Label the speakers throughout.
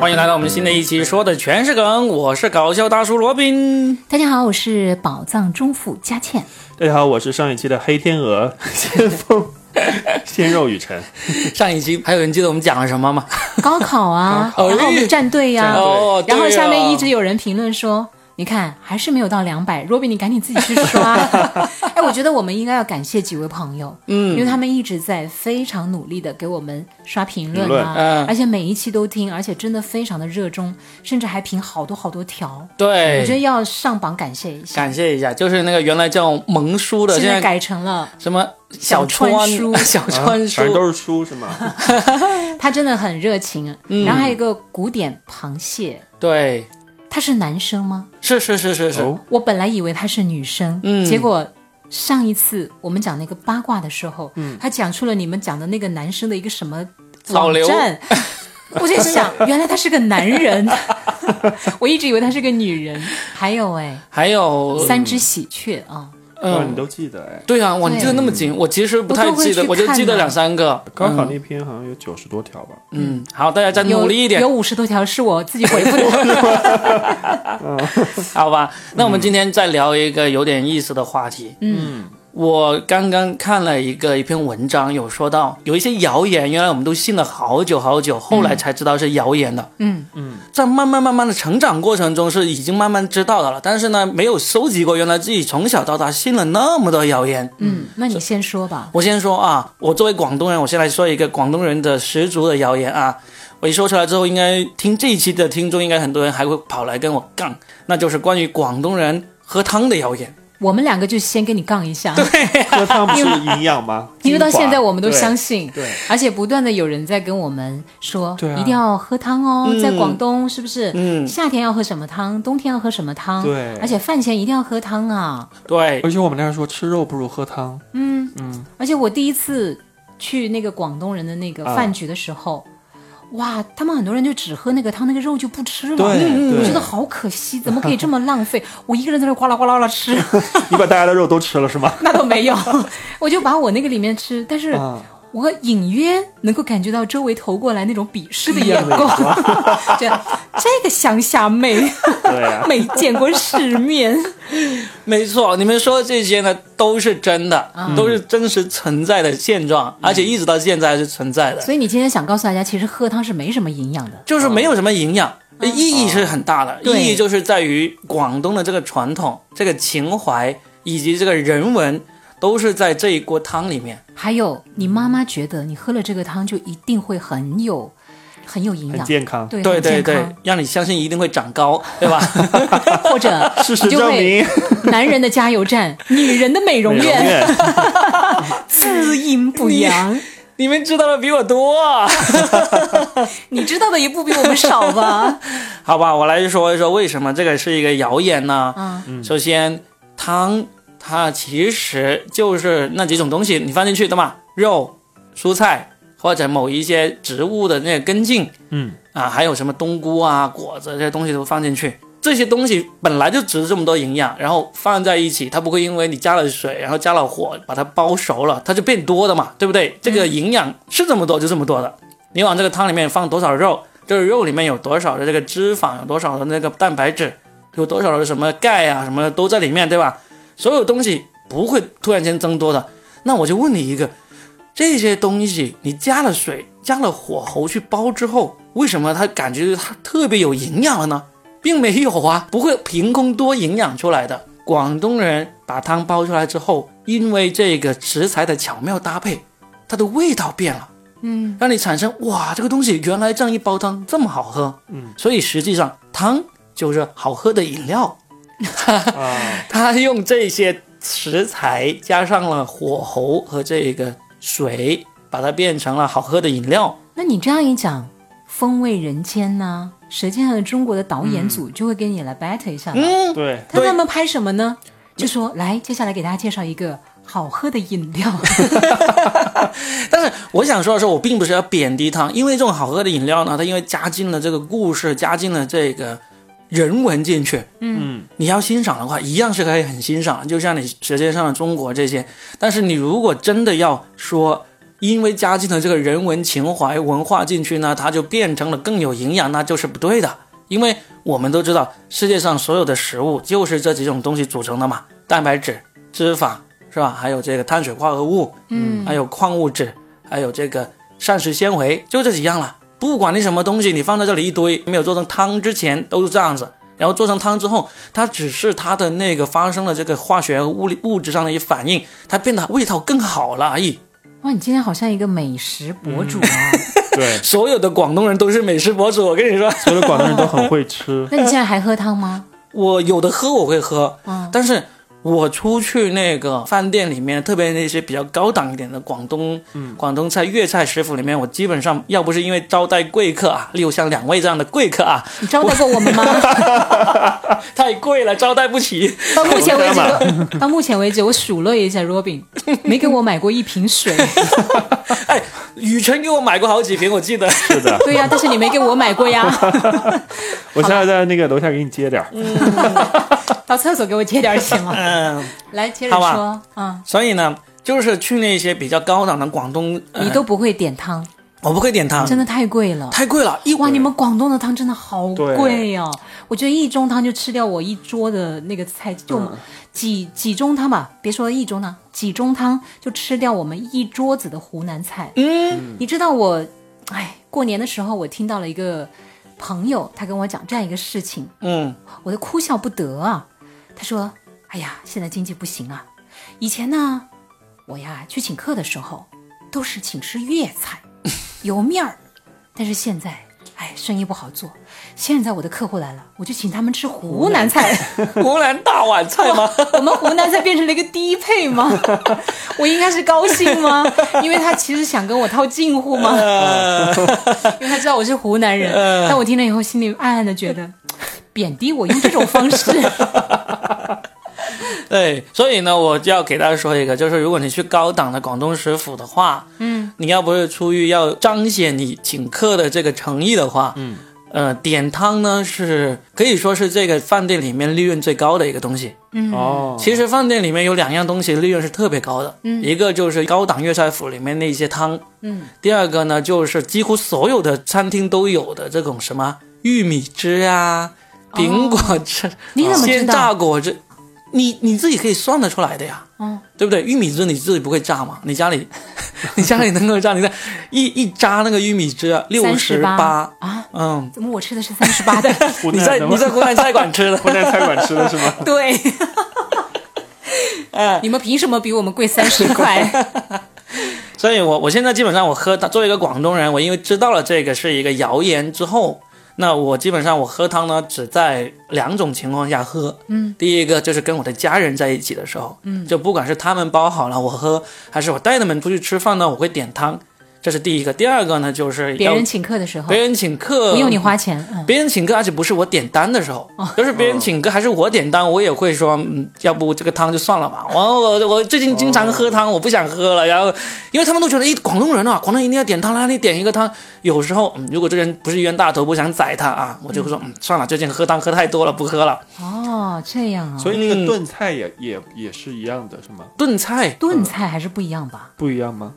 Speaker 1: 欢迎来到我们新的一期，说的全是梗，我是搞笑大叔罗宾。
Speaker 2: 大家好，我是宝藏中妇 佳倩。
Speaker 3: 大家好，我是上一期的黑 天鹅先锋鲜肉雨辰。
Speaker 1: 上一期还有人记得我们讲了什么吗？
Speaker 2: 高考啊，
Speaker 1: 高考
Speaker 2: 然后我们战队呀、
Speaker 1: 哦对
Speaker 2: 然后下面
Speaker 1: 啊
Speaker 2: 一直有人评论说。你看，还是没有到两百。Robin，你赶紧自己去 刷。哎，我觉得我们应该要感谢几位朋友，嗯，因为他们一直在非常努力的给我们刷评论
Speaker 3: 评论
Speaker 2: 啊，
Speaker 1: 嗯
Speaker 2: 而且每一期都听，而且真的非常的热衷，甚至还评好多好多条。我觉得
Speaker 1: 对，
Speaker 2: 要上榜感谢一下，
Speaker 1: 感谢一下，就是那个原来叫萌叔的，
Speaker 2: 现
Speaker 1: 现
Speaker 2: 在
Speaker 1: 在
Speaker 2: 改成了
Speaker 1: 什么小
Speaker 2: 川
Speaker 1: 川
Speaker 2: 叔
Speaker 1: 小 川叔
Speaker 3: 啊反正，都是书是吗？
Speaker 2: 他真的很热情。
Speaker 1: 嗯
Speaker 2: 然后还有一个古典螃蟹，
Speaker 1: 对，
Speaker 2: 他是男生吗？
Speaker 1: 是是是是是，
Speaker 3: 哦
Speaker 2: 我本来以为她是女生，
Speaker 1: 嗯
Speaker 2: 结果上一次我们讲那个八卦的时候，
Speaker 1: 嗯
Speaker 2: 她讲出了你们讲的那个男生的一个什么
Speaker 1: 老
Speaker 2: 网
Speaker 1: 刘
Speaker 2: 站， 我在想，原来他是个男人， 我一直以为他是个女人。还有哎，
Speaker 1: 还有
Speaker 2: 三只喜鹊啊，
Speaker 3: 哦，
Speaker 1: 嗯
Speaker 3: 你，都记得哎。
Speaker 1: 对啊，我
Speaker 2: 对
Speaker 1: 你记得那么紧，我其实不太
Speaker 2: 我都会
Speaker 1: 记得，
Speaker 2: 去
Speaker 1: 我就记得
Speaker 2: 看的
Speaker 1: 两三个。
Speaker 3: 高考
Speaker 1: 嗯
Speaker 3: 那篇好像有九十多条吧？
Speaker 1: 嗯，好，大家再
Speaker 2: 有
Speaker 1: 努力一点
Speaker 2: 有，五十多条是我自己回复 的。
Speaker 1: 好吧？那我们今天再聊一个有点意思的话题。
Speaker 2: 嗯，
Speaker 1: 我刚刚看了一个一篇文章，有说到有一些谣言，原来我们都信了好久好久，后来才知道是谣言的。
Speaker 2: 嗯
Speaker 1: 嗯，在慢慢慢慢的成长过程中是已经慢慢知道的了，但是呢，没有收集过原来自己从小到大信了那么多谣言。
Speaker 2: 嗯，那你先说吧。
Speaker 1: 我先说啊，我作为广东人，我先来说一个广东人的十足的谣言啊。我一说出来之后，应该听这一期的听众，应该很多人还会跑来跟我杠，那就是关于广东人喝汤的谣言。
Speaker 2: 我们两个就先跟你杠一 下，
Speaker 3: 喝汤不是营养吗？
Speaker 2: 嗯 因为到
Speaker 3: 精华
Speaker 2: 现在我们都相。
Speaker 3: 对
Speaker 2: 信，
Speaker 3: 对
Speaker 2: 而且不断的有人在跟我们说，
Speaker 3: 对啊
Speaker 2: 一定要喝汤哦，
Speaker 1: 嗯
Speaker 2: 在广东是不是？
Speaker 1: 嗯
Speaker 2: 夏天要喝什么汤，冬天要喝什么汤？
Speaker 3: 对
Speaker 2: 而且饭前一定要喝汤啊。
Speaker 1: 对，
Speaker 3: 而且我们那儿说吃肉不如 喝汤，
Speaker 2: 嗯嗯，而且我第一次去那个广东人的那个
Speaker 3: 啊
Speaker 2: 饭局的时候。哇，他们很多人就只喝那个汤，那个肉就不吃了。
Speaker 3: 对
Speaker 2: 嗯
Speaker 3: 对
Speaker 2: 我觉得好可惜，怎么可以这么浪费？ 我一个人在那呱啦呱啦呱啦吃，
Speaker 3: 你把大家的肉都吃了是吗？
Speaker 2: 那倒没有， 我就把我那个里面吃，但是
Speaker 3: 啊，
Speaker 2: 我隐约能够感觉到周围投过来那种鄙视的眼光， 这这个乡下 妹，
Speaker 3: 对啊
Speaker 2: 没见过世面，
Speaker 1: 没错，你们说的这些呢都是真的，都是真实存在的现状，而且一直到现在还是存在 的，
Speaker 2: 所以你今天想告诉大家，其实喝汤是没什么营养的。
Speaker 1: 就是没有什么营养。意义是很大的，
Speaker 2: 对
Speaker 1: 意义就是在于广东的这个传统、这个情怀以及这个人文，都是在这一锅汤里面。
Speaker 2: 还有，你妈妈觉得你喝了这个汤就一定会很有很有营
Speaker 3: 很
Speaker 2: 养，
Speaker 3: 健康。
Speaker 2: 对
Speaker 1: 对
Speaker 2: 很
Speaker 1: 对
Speaker 2: 健
Speaker 1: 对
Speaker 2: 康，
Speaker 1: 让你相信一定会长 高，对吧？
Speaker 2: 或者
Speaker 3: 事实
Speaker 2: 你就
Speaker 3: 证
Speaker 2: 会
Speaker 3: 明，
Speaker 2: 男人的加油站，女人的美容
Speaker 3: 美容
Speaker 2: 院，
Speaker 3: 院
Speaker 2: 滋阴补阳。
Speaker 1: 你们知道的比我多、啊，
Speaker 2: 你知道的也不比我们少吧？
Speaker 1: 好吧？我来说一说为什么这个是一个谣言呢？
Speaker 3: 嗯
Speaker 2: 啊，
Speaker 1: 首先，汤它其实就是那几种东西你放进去的嘛，肉、蔬菜或者某一些植物的那个根茎，
Speaker 3: 嗯
Speaker 1: 啊，还有什么冬菇啊、果子这些东西都放进去。这些东西本来就值这么多营养，然后放在一起，它不会因为你加了水，然后加了火把它包熟了，它就变多的嘛，对不对？这个营养是这么多就这么多的，你往这个汤里面放多少肉，这个肉里面有多少的这个脂肪，有多少的那个蛋白质，有多少的什么钙啊，什么的都在里面，对吧？所有东西不会突然间增多的。那我就问你一个，这些东西你加了水、加了火候去煲之后，为什么它感觉它特别有营养了呢？并没有啊，不会凭空多营养出来的。 广东人把汤煲出来之后，因为这个食材的巧妙搭配，它的味道变了。
Speaker 2: 嗯，
Speaker 1: 让你产生哇，这个东西原来这样一煲汤这么好喝，
Speaker 3: 嗯，
Speaker 1: 所以实际上汤就是好喝的饮料，
Speaker 3: 啊，
Speaker 1: 它用这些食材加上了火候和这个水，把它变成了好喝的饮料。
Speaker 2: 那你这样一讲，《风味人间》呐，《舌尖上的中国》的导演组就会跟你来 battle 一下了。
Speaker 1: 嗯，
Speaker 3: 对，
Speaker 2: 他他们拍什么呢？就说来，接下来给大家介绍一个好喝的饮料。
Speaker 1: 但是我想说的是，我并不是要贬低汤，因为这种好喝的饮料呢，它因为加进了这个故事，加进了这个人文进去，
Speaker 3: 嗯，
Speaker 1: 你要欣赏的话，一样是可以很欣赏，就像你《舌尖上的中国》这些。但是你如果真的要说因为加进了这个人文情怀、文化进去呢，它就变成了更有营养，那就是不对的。因为我们都知道，世界上所有的食物就是这几种东西组成的嘛，蛋白质、脂肪是吧？还有这个碳水化合物，嗯，还有矿物质，还有这个膳食纤维，就这几样了。不管你什么东西，你放在这里一堆，没有做成汤之前都是这样子，然后做成汤之后，它只是它的那个发生了这个化学物理物质上的一反应，它变得味道更好了而已。
Speaker 2: 哇，你今天好像一个美食博主啊！
Speaker 3: 对，
Speaker 1: 所有的广东人都是美食博主，我跟你说，
Speaker 3: 所有的广东人都很会吃
Speaker 2: ，那你现在还喝汤吗？
Speaker 1: 我有的喝我会喝，
Speaker 2: 嗯
Speaker 1: 但是我出去那个饭店里面，特别那些比较高档一点的广东、
Speaker 2: 嗯
Speaker 1: 广东菜、粤菜食府里面，我基本上要不是因为招待贵客啊，六香两味这样的贵客啊，
Speaker 2: 你招待过我们吗？
Speaker 1: 太贵了，招待不起。
Speaker 2: 到目前为止 都，到目前为止，我数落了一下 Robin，没 给我买过一瓶水。
Speaker 1: 哎，雨辰给我买过好几瓶，我记得。
Speaker 3: 是 的。
Speaker 2: 对呀、但是你没给我买过呀，
Speaker 3: 我现在在那个楼下给你接点儿，
Speaker 2: 到厕所给我接点儿行吗？
Speaker 1: 嗯，
Speaker 2: 来，接着
Speaker 1: 好吧
Speaker 2: 说，嗯，
Speaker 1: 所以呢，就是去那些比较高档的广东，呃
Speaker 2: 你都不会点汤，
Speaker 1: 我不会点汤，
Speaker 2: 真的太贵了。
Speaker 1: 太贵了，一
Speaker 2: 哇，
Speaker 1: 碗
Speaker 2: 你们广东的汤真的好贵哦！我觉得一盅汤就吃掉我一桌的那个菜，就几几盅汤吧，别说一盅汤，几盅汤就吃掉我们一桌子的湖南菜。嗯，你知道我，哎，过年的时候我听到了一个朋友，他跟我讲这样一个事情，
Speaker 1: 嗯，
Speaker 2: 我都哭笑不得啊。他说：“哎呀，现在经济不行啊，以前呢，我呀去请客的时候都是请吃粤菜、 油面儿，但是现在，哎，生意不好做，现在我的客户来了，我就请他们吃湖南菜。
Speaker 1: 湖南大碗菜吗？
Speaker 2: 我们湖南菜变成了一个低配吗？ 我应该是高兴吗？因为他其实想跟我套近乎吗？
Speaker 1: 呃
Speaker 2: 因为他知道我是湖南人，但我听了以后心里暗暗的觉得， 贬低我用这种方式，
Speaker 1: 对，所以呢，我就要给大家说一个，就是如果你去高档的广东食府的话，嗯，你要不是出于要彰显你请客的这个诚意的话，嗯，呃，点汤呢是可以说是这个饭店里面利润最高的一个东西。
Speaker 2: 嗯
Speaker 3: 哦，
Speaker 1: 其实饭店里面有两样东西利润是特别高的，嗯，一个就是高档粤菜府里面那些汤，嗯，第二个呢就是几乎所有的餐厅都有的这种什么玉米汁啊、苹果汁、
Speaker 2: 哦你怎么知
Speaker 1: 鲜
Speaker 2: 道
Speaker 1: 榨果汁，你你自己可以算得出来的呀，
Speaker 2: 嗯，
Speaker 1: 对不对？玉米汁你自己不会榨吗？你 家里，你家里能够榨？你看一一扎那个玉米汁啊六十
Speaker 2: 38，啊？
Speaker 1: 嗯，
Speaker 2: 怎么我吃的是三十 八的？
Speaker 3: 湖
Speaker 1: 你
Speaker 3: 南
Speaker 1: 在
Speaker 3: 的
Speaker 1: 你
Speaker 3: 吗
Speaker 1: 在湖南菜馆吃的，
Speaker 3: 湖南菜馆吃的是吗？
Speaker 2: 对，
Speaker 1: 哎，
Speaker 2: 你们凭什么比我们贵三十 块？
Speaker 1: 所以我我现在基本上我喝汤，作为一个广东人，我因为知道了这个是一个谣言之后，那我基本上我喝汤呢，只在两种情况下喝。嗯，第一个就是跟我的家人在一起的时候，嗯，就不管是他们包好了我喝，还是我带他们出去吃饭呢，我会点汤，这是第一个。第二个呢，就是
Speaker 2: 别
Speaker 1: 要
Speaker 2: 人请客的时候
Speaker 1: 别人请客
Speaker 2: 不用你花钱，嗯，
Speaker 1: 别人请客，而且不是我点单的时候，就是别人请客还是我点单，我也会说，嗯，要不这个汤就算了吧。我我我最近经常喝汤，我不想喝了。然后，因为他们都觉得，咦，广东人啊，广东人一定要点汤，那你点一个汤。有时候，嗯，如果这人不是冤大头，不想宰他啊，我就会说，嗯，算了，最近喝汤喝太多了，不喝了。
Speaker 2: 哦，这样啊，
Speaker 3: 所以那个炖菜也也也是一样的，是吗？
Speaker 1: 炖菜
Speaker 2: 炖菜还是不一样吧？
Speaker 3: 不一样吗？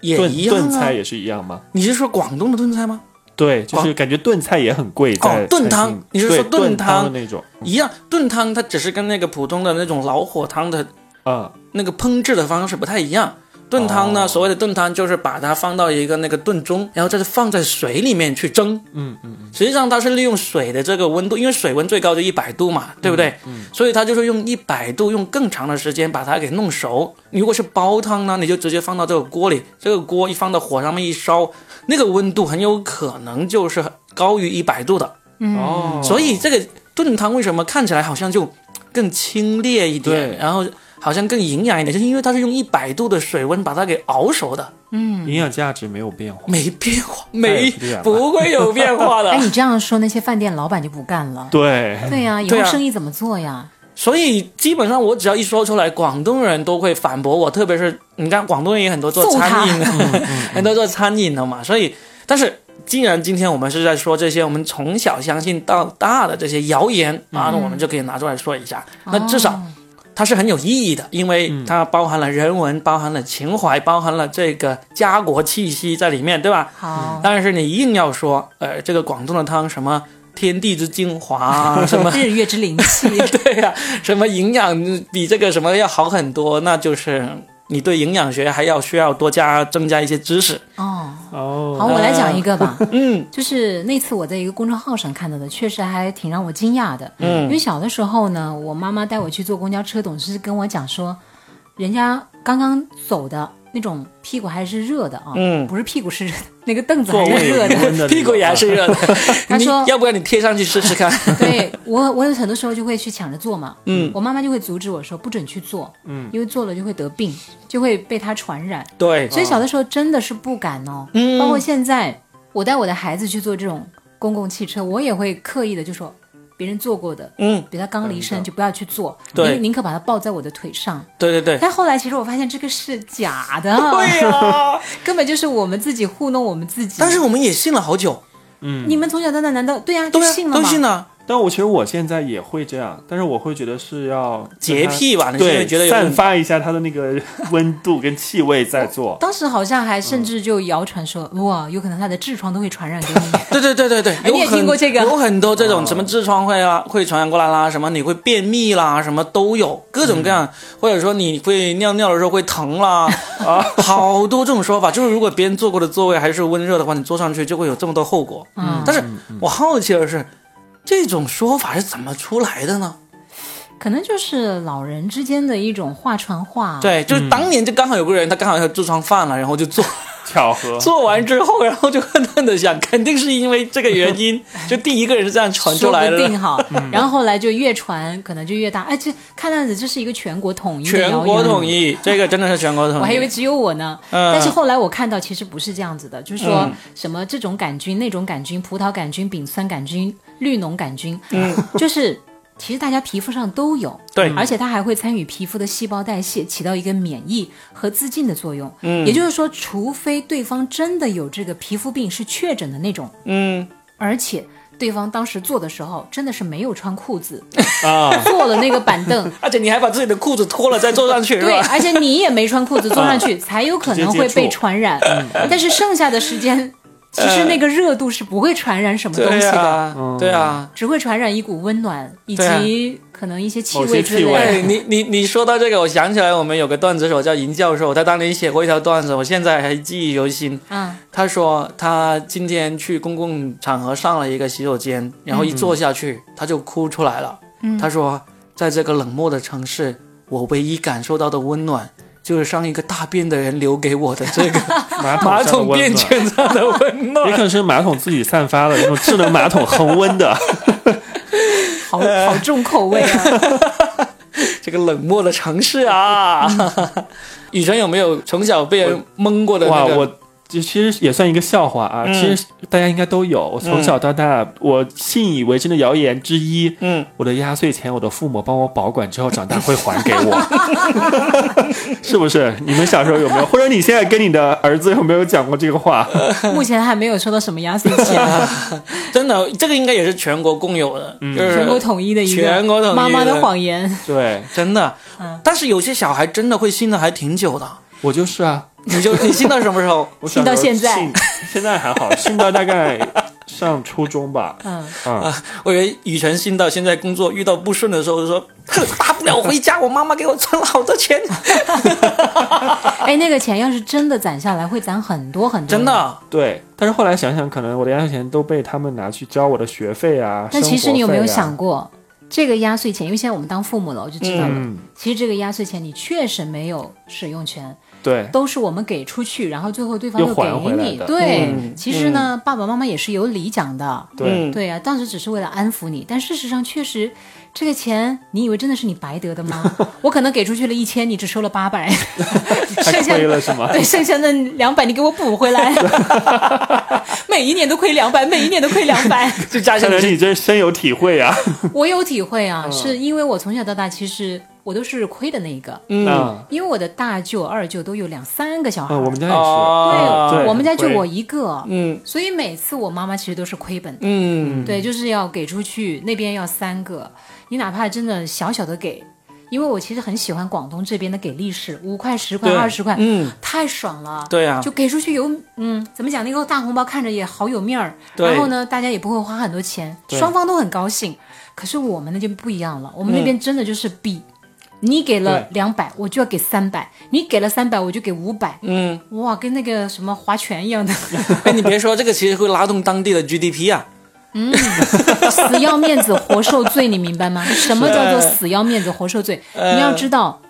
Speaker 1: 也
Speaker 3: 炖
Speaker 1: 一样
Speaker 3: 炖菜
Speaker 1: 啊。
Speaker 3: 也是一样吗？
Speaker 1: 你是说广东的炖菜吗？
Speaker 3: 对，就是
Speaker 1: 广
Speaker 3: 感觉炖菜也很贵，在
Speaker 1: 哦炖
Speaker 3: 餐
Speaker 1: 汤
Speaker 3: 厅
Speaker 1: 你是说
Speaker 3: 对
Speaker 1: 炖
Speaker 3: 炖
Speaker 1: 汤
Speaker 3: 的那种？
Speaker 1: 一样，炖汤它只是跟那个普通的那种老火汤的
Speaker 3: 啊，
Speaker 1: 那个烹制的方式不太一样。炖汤呢，
Speaker 3: 哦
Speaker 1: 所谓的炖汤就是把它放到一个那个炖盅，然后再放在水里面去蒸。
Speaker 3: 嗯嗯
Speaker 1: 实际上它是利用水的这个温度，因为水温最高就一百度嘛，对不对？嗯所以它就是用一百度，用更长的时间把它给弄熟。如果是煲汤呢，你就直接放到这个锅里，这个锅一放到火上面一烧，那个温度很有可能就是高于一百度的。
Speaker 3: 嗯，哦，
Speaker 1: 所以这个炖汤为什么看起来好像就更清冽一点，
Speaker 3: 对
Speaker 1: 然后好像更营养一点，就是因为它是用一百度的水温把它给熬熟的，
Speaker 3: 嗯营养价值没有变化。
Speaker 1: 没变化，没
Speaker 3: 不一样吧
Speaker 1: 不会有变化
Speaker 2: 哎，
Speaker 1: 的。
Speaker 2: 你这样说，那些饭店老板就不干了。
Speaker 3: 对，
Speaker 2: 对呀、以
Speaker 1: 啊对
Speaker 2: 后
Speaker 1: 啊
Speaker 2: 生意怎么做呀？
Speaker 1: 所以基本上我只要一说出来，广东人都会反驳我，特别是你看广东人也很多做
Speaker 2: 揍他
Speaker 1: 餐饮的， 很多做餐饮的嘛，所以但是。既然今天我们是在说这些我们从
Speaker 2: 哦
Speaker 1: 小相信到大的这些谣言啊，那我们就可以拿出来说一下。那至少它是很有意义的，因为
Speaker 2: 嗯
Speaker 1: 它包含了人文，包含了情怀，包含了这个家国气息在里面，对吧？
Speaker 2: 好，
Speaker 1: 但是你硬要说，呃，这个广东的汤什么天地之精华，啊什 么
Speaker 2: 日月之灵气，
Speaker 1: 嗯 对呀、什么营养比这个什么要好很多，那就是你对营养学还要需要多加增加一些知识。
Speaker 2: 哦，
Speaker 3: 哦，
Speaker 2: 好，我来讲一个吧。
Speaker 1: 嗯
Speaker 2: 就是那次我在一个公众号上看到的，确实还挺让我惊讶的。嗯，因为小的时候呢，我妈妈带我去坐公交车，总是跟我讲说，人家刚刚走的那种屁股还是热的啊，
Speaker 1: 嗯，
Speaker 2: 不是屁股是热的，那个凳子
Speaker 1: 座
Speaker 2: 还
Speaker 3: 座
Speaker 2: 是
Speaker 3: 位
Speaker 2: 热
Speaker 3: 有
Speaker 2: 的。
Speaker 3: 温的那 种，
Speaker 1: 屁股也还是热的。
Speaker 2: 他说
Speaker 1: 你要不然你贴上去试试 看。
Speaker 2: 对我，我有很多时候就会去抢着坐嘛。
Speaker 1: 嗯，
Speaker 2: 我妈妈就会阻止我说不准去坐，嗯，因为坐了就会得病，就会被它传染。
Speaker 1: 对，
Speaker 2: 所以小的时候真的是不敢哦，
Speaker 1: 嗯
Speaker 2: 包括现在，我带我的孩子去坐这种公共汽车，我也会刻意的就说，别人坐过的，
Speaker 1: 嗯，
Speaker 2: 比如他刚离身就不要去坐，
Speaker 1: 对
Speaker 2: 宁宁可把他抱在我的腿上。
Speaker 1: 对对 对。
Speaker 2: 但后来其实我发现这个是假的，
Speaker 1: 对呀、
Speaker 2: 根本就是我们自己糊弄我们自己。
Speaker 1: 但是我们也信了好久，
Speaker 2: 你们从小到大难道对呀、就
Speaker 1: 对啊，
Speaker 2: 信了
Speaker 1: 都
Speaker 2: 吗？嗯
Speaker 1: 信了，
Speaker 3: 但我其实我现在也会这样，但是我会觉得是要跟它
Speaker 1: 洁癖吧？你是不
Speaker 3: 对，
Speaker 1: 是觉得有
Speaker 3: 散
Speaker 1: 点
Speaker 3: 发一下它的那个温度跟气味在 做。
Speaker 2: 当时好像还
Speaker 1: 嗯
Speaker 2: 甚至就谣传说，哇，有可能他的痔疮都会传染给你。
Speaker 1: 对对对对对，有
Speaker 2: 哎你也
Speaker 1: 很
Speaker 2: 听过这个哦
Speaker 1: 有很多这种什么痔疮会啊，会传染过来啦，什么你会便秘啦，什么都有，各种各样，
Speaker 2: 嗯
Speaker 1: 或者说你会尿尿的时候会疼啦，
Speaker 2: 哦
Speaker 1: 啊，好多这种说法。就是如果别人坐过的座位还是温热的话，你坐上去就会有这么多后果。
Speaker 2: 嗯
Speaker 1: 但是我好奇的是，这种说法是怎么出来的呢？
Speaker 2: 可能就是老人之间的一种话传话。，啊
Speaker 1: 对，就是当年就刚好有个人，他刚好有痔疮犯了，然后就做
Speaker 3: 巧合，
Speaker 1: 做完之后，然后就恨恨的想，肯定是因为这个原 因，就第一个人是这样传出
Speaker 2: 说
Speaker 1: 来嗯
Speaker 2: 不
Speaker 1: 的。
Speaker 2: 定 哈。然后后来就越传，可能就越大。哎，这看样子这是一个全国统一的
Speaker 1: 全
Speaker 2: 谣
Speaker 1: 国
Speaker 2: 言
Speaker 1: 统一，这个真的是全国统一。
Speaker 2: 我还以为只有我呢，
Speaker 1: 嗯
Speaker 2: 但是后来我看到其实不是这样子的，就是说
Speaker 1: 嗯
Speaker 2: 什么这种杆菌、那种杆菌、葡萄杆菌、丙酸杆菌、绿脓杆菌，嗯，就是其实大家皮肤上都有，
Speaker 1: 对
Speaker 2: 而且它还会参与皮肤的细胞代谢，起到一个免疫和自净的作用。嗯，也就是说，除非对方真的有这个皮肤病是确诊的那种，
Speaker 1: 嗯，
Speaker 2: 而且。对方当时做的时候，真的是没有穿裤子，
Speaker 3: 啊，
Speaker 2: 坐了那个板 凳，
Speaker 1: 而且你还把自己的裤子脱了再坐上去，是
Speaker 2: 对，啊
Speaker 1: 吧？
Speaker 2: 而且你也没穿裤子坐上去， 才有可能会被传染。
Speaker 1: 嗯
Speaker 2: 但是剩下的时间，其实那个热度是不会传染什么东
Speaker 1: 对
Speaker 2: 西
Speaker 1: 呀、
Speaker 2: 的，
Speaker 1: 对啊。
Speaker 2: 只会传染一股温暖以
Speaker 1: 对啊
Speaker 2: 及可能一些气
Speaker 3: 某些
Speaker 2: 味之
Speaker 3: 气
Speaker 2: 类
Speaker 3: 味
Speaker 2: 的。
Speaker 1: 哎，你你你说到这个，我想起来我们有个段子手叫尹教授，他当年写过一条段子，我现在还记忆犹新。
Speaker 2: 嗯，
Speaker 1: 他说他今天去公共场合上了一个洗手间，然后一坐下去、他就哭出来了。他说，在这个冷漠的城市，我唯一感受到的温暖，就是上一个大便的人留给我的这 个
Speaker 3: 马桶
Speaker 1: 马
Speaker 3: 上的
Speaker 1: 桶
Speaker 3: 温
Speaker 1: 便
Speaker 3: 暖，
Speaker 1: 泉上的温
Speaker 3: 也可
Speaker 1: 暖。
Speaker 3: 能是马桶自己散发的那种智能马桶恒温的，
Speaker 2: 好好重口味啊！
Speaker 1: 这个冷漠的城市啊，雨辰有没有从小被人蒙过的
Speaker 3: 哇，
Speaker 1: 那个？
Speaker 3: 我这其实也算一个笑话啊。
Speaker 1: 嗯
Speaker 3: 其实大家应该都有。我从小到大，我信以为真的谣言之一，
Speaker 1: 嗯，
Speaker 3: 我的压岁钱，我的父母帮我保管之后，长大会还给我， 是不是？你们小时候有没有，或者你现在跟你的儿子有没有讲过这个话？
Speaker 2: 目前还没有收到什么压岁钱，
Speaker 1: 真的，这个应该也是全国共有的，就是
Speaker 2: 全国统一的一个
Speaker 1: 全国统一的
Speaker 2: 妈妈的谎言。
Speaker 3: 对
Speaker 1: 真的。但是有些小孩真的会信的还挺久的，
Speaker 3: 我就是啊，
Speaker 1: 你 就你信到什么时候？
Speaker 3: 我小时
Speaker 2: 信到
Speaker 3: 候
Speaker 2: 现在
Speaker 3: 信，现在还好，信到大概上初中吧。
Speaker 2: 嗯，
Speaker 3: 嗯，
Speaker 1: 我以为雨辰信到现在工作遇到不顺的时候就说，哼，大不了我回家，我妈妈给我存了好多钱，
Speaker 2: 哎，那个钱要是真的攒下来，会攒很多很多。
Speaker 1: 真。的。
Speaker 3: 对。但是后来想想，可能我的压岁钱都被他们拿去交我的学费啊。
Speaker 2: 但其实你有没有想
Speaker 3: 过？
Speaker 2: 过，这个压岁钱，因为现在我们当父母了，我就知道了。
Speaker 3: 嗯，
Speaker 2: 其实这个压岁钱你确实没有使用权，
Speaker 3: 对。
Speaker 2: 都是我们给出去，然后最后对方
Speaker 3: 又
Speaker 2: 给
Speaker 3: 还回来
Speaker 2: 你。
Speaker 3: 的
Speaker 2: 对，
Speaker 1: 嗯
Speaker 2: 其实呢，爸爸妈妈也是有理讲的。
Speaker 3: 对，
Speaker 1: 嗯
Speaker 2: 对呀、当时只是为了安抚你，但事实上确实，这个钱你以为真的是你白得的 吗？我可能给出去了一千，你只收了八百，剩
Speaker 3: 太
Speaker 2: 下
Speaker 3: 亏了是吗？
Speaker 2: 对剩下那两百你给我补回 来，每一年都亏两百，每一年都亏两百。
Speaker 1: 就加
Speaker 3: 看
Speaker 1: 上
Speaker 3: 来
Speaker 1: 去，
Speaker 3: 你真深有体会啊！
Speaker 2: 我有体会啊，
Speaker 3: 嗯
Speaker 2: 是因为我从小到大其实我都是亏的那一个，
Speaker 1: 嗯
Speaker 3: 啊，
Speaker 2: 因为我的大舅、二舅都有两三个小孩
Speaker 3: 啊，
Speaker 2: 儿。
Speaker 3: 我们家也是，
Speaker 1: 啊，
Speaker 3: 哦对
Speaker 2: 我们家就
Speaker 3: 很亏
Speaker 2: 我一个，
Speaker 1: 嗯
Speaker 2: 所以每次我妈妈其实都是亏本的。
Speaker 1: 嗯，
Speaker 2: 对，就是要给出去，那边要三个，你哪怕真的小小的给，因为我其实很喜欢广东这边的给利是，五块、十块、
Speaker 1: 对
Speaker 2: 二十块，
Speaker 1: 嗯，
Speaker 2: 太爽了。
Speaker 1: 对啊
Speaker 2: 就给出去有，嗯，怎么讲？那个大红包看着也好有面儿，
Speaker 1: 对
Speaker 2: 然后呢，大家也不会花很多钱，
Speaker 1: 对嗯
Speaker 2: 双方都很高兴。可是我们那就不一样了，我们那边真的就是比，你给了两百，我就要给三百；你给了三百，我就给五百。
Speaker 1: 嗯，
Speaker 2: 哇，跟那个什么划拳一样的，
Speaker 1: 哎，你别说，这个其实会拉动当地的 GDP 啊。
Speaker 2: 嗯死要面子活受罪，你明 白吗？什么叫做死要面子活受罪？
Speaker 1: 啊呃
Speaker 2: 你要知道，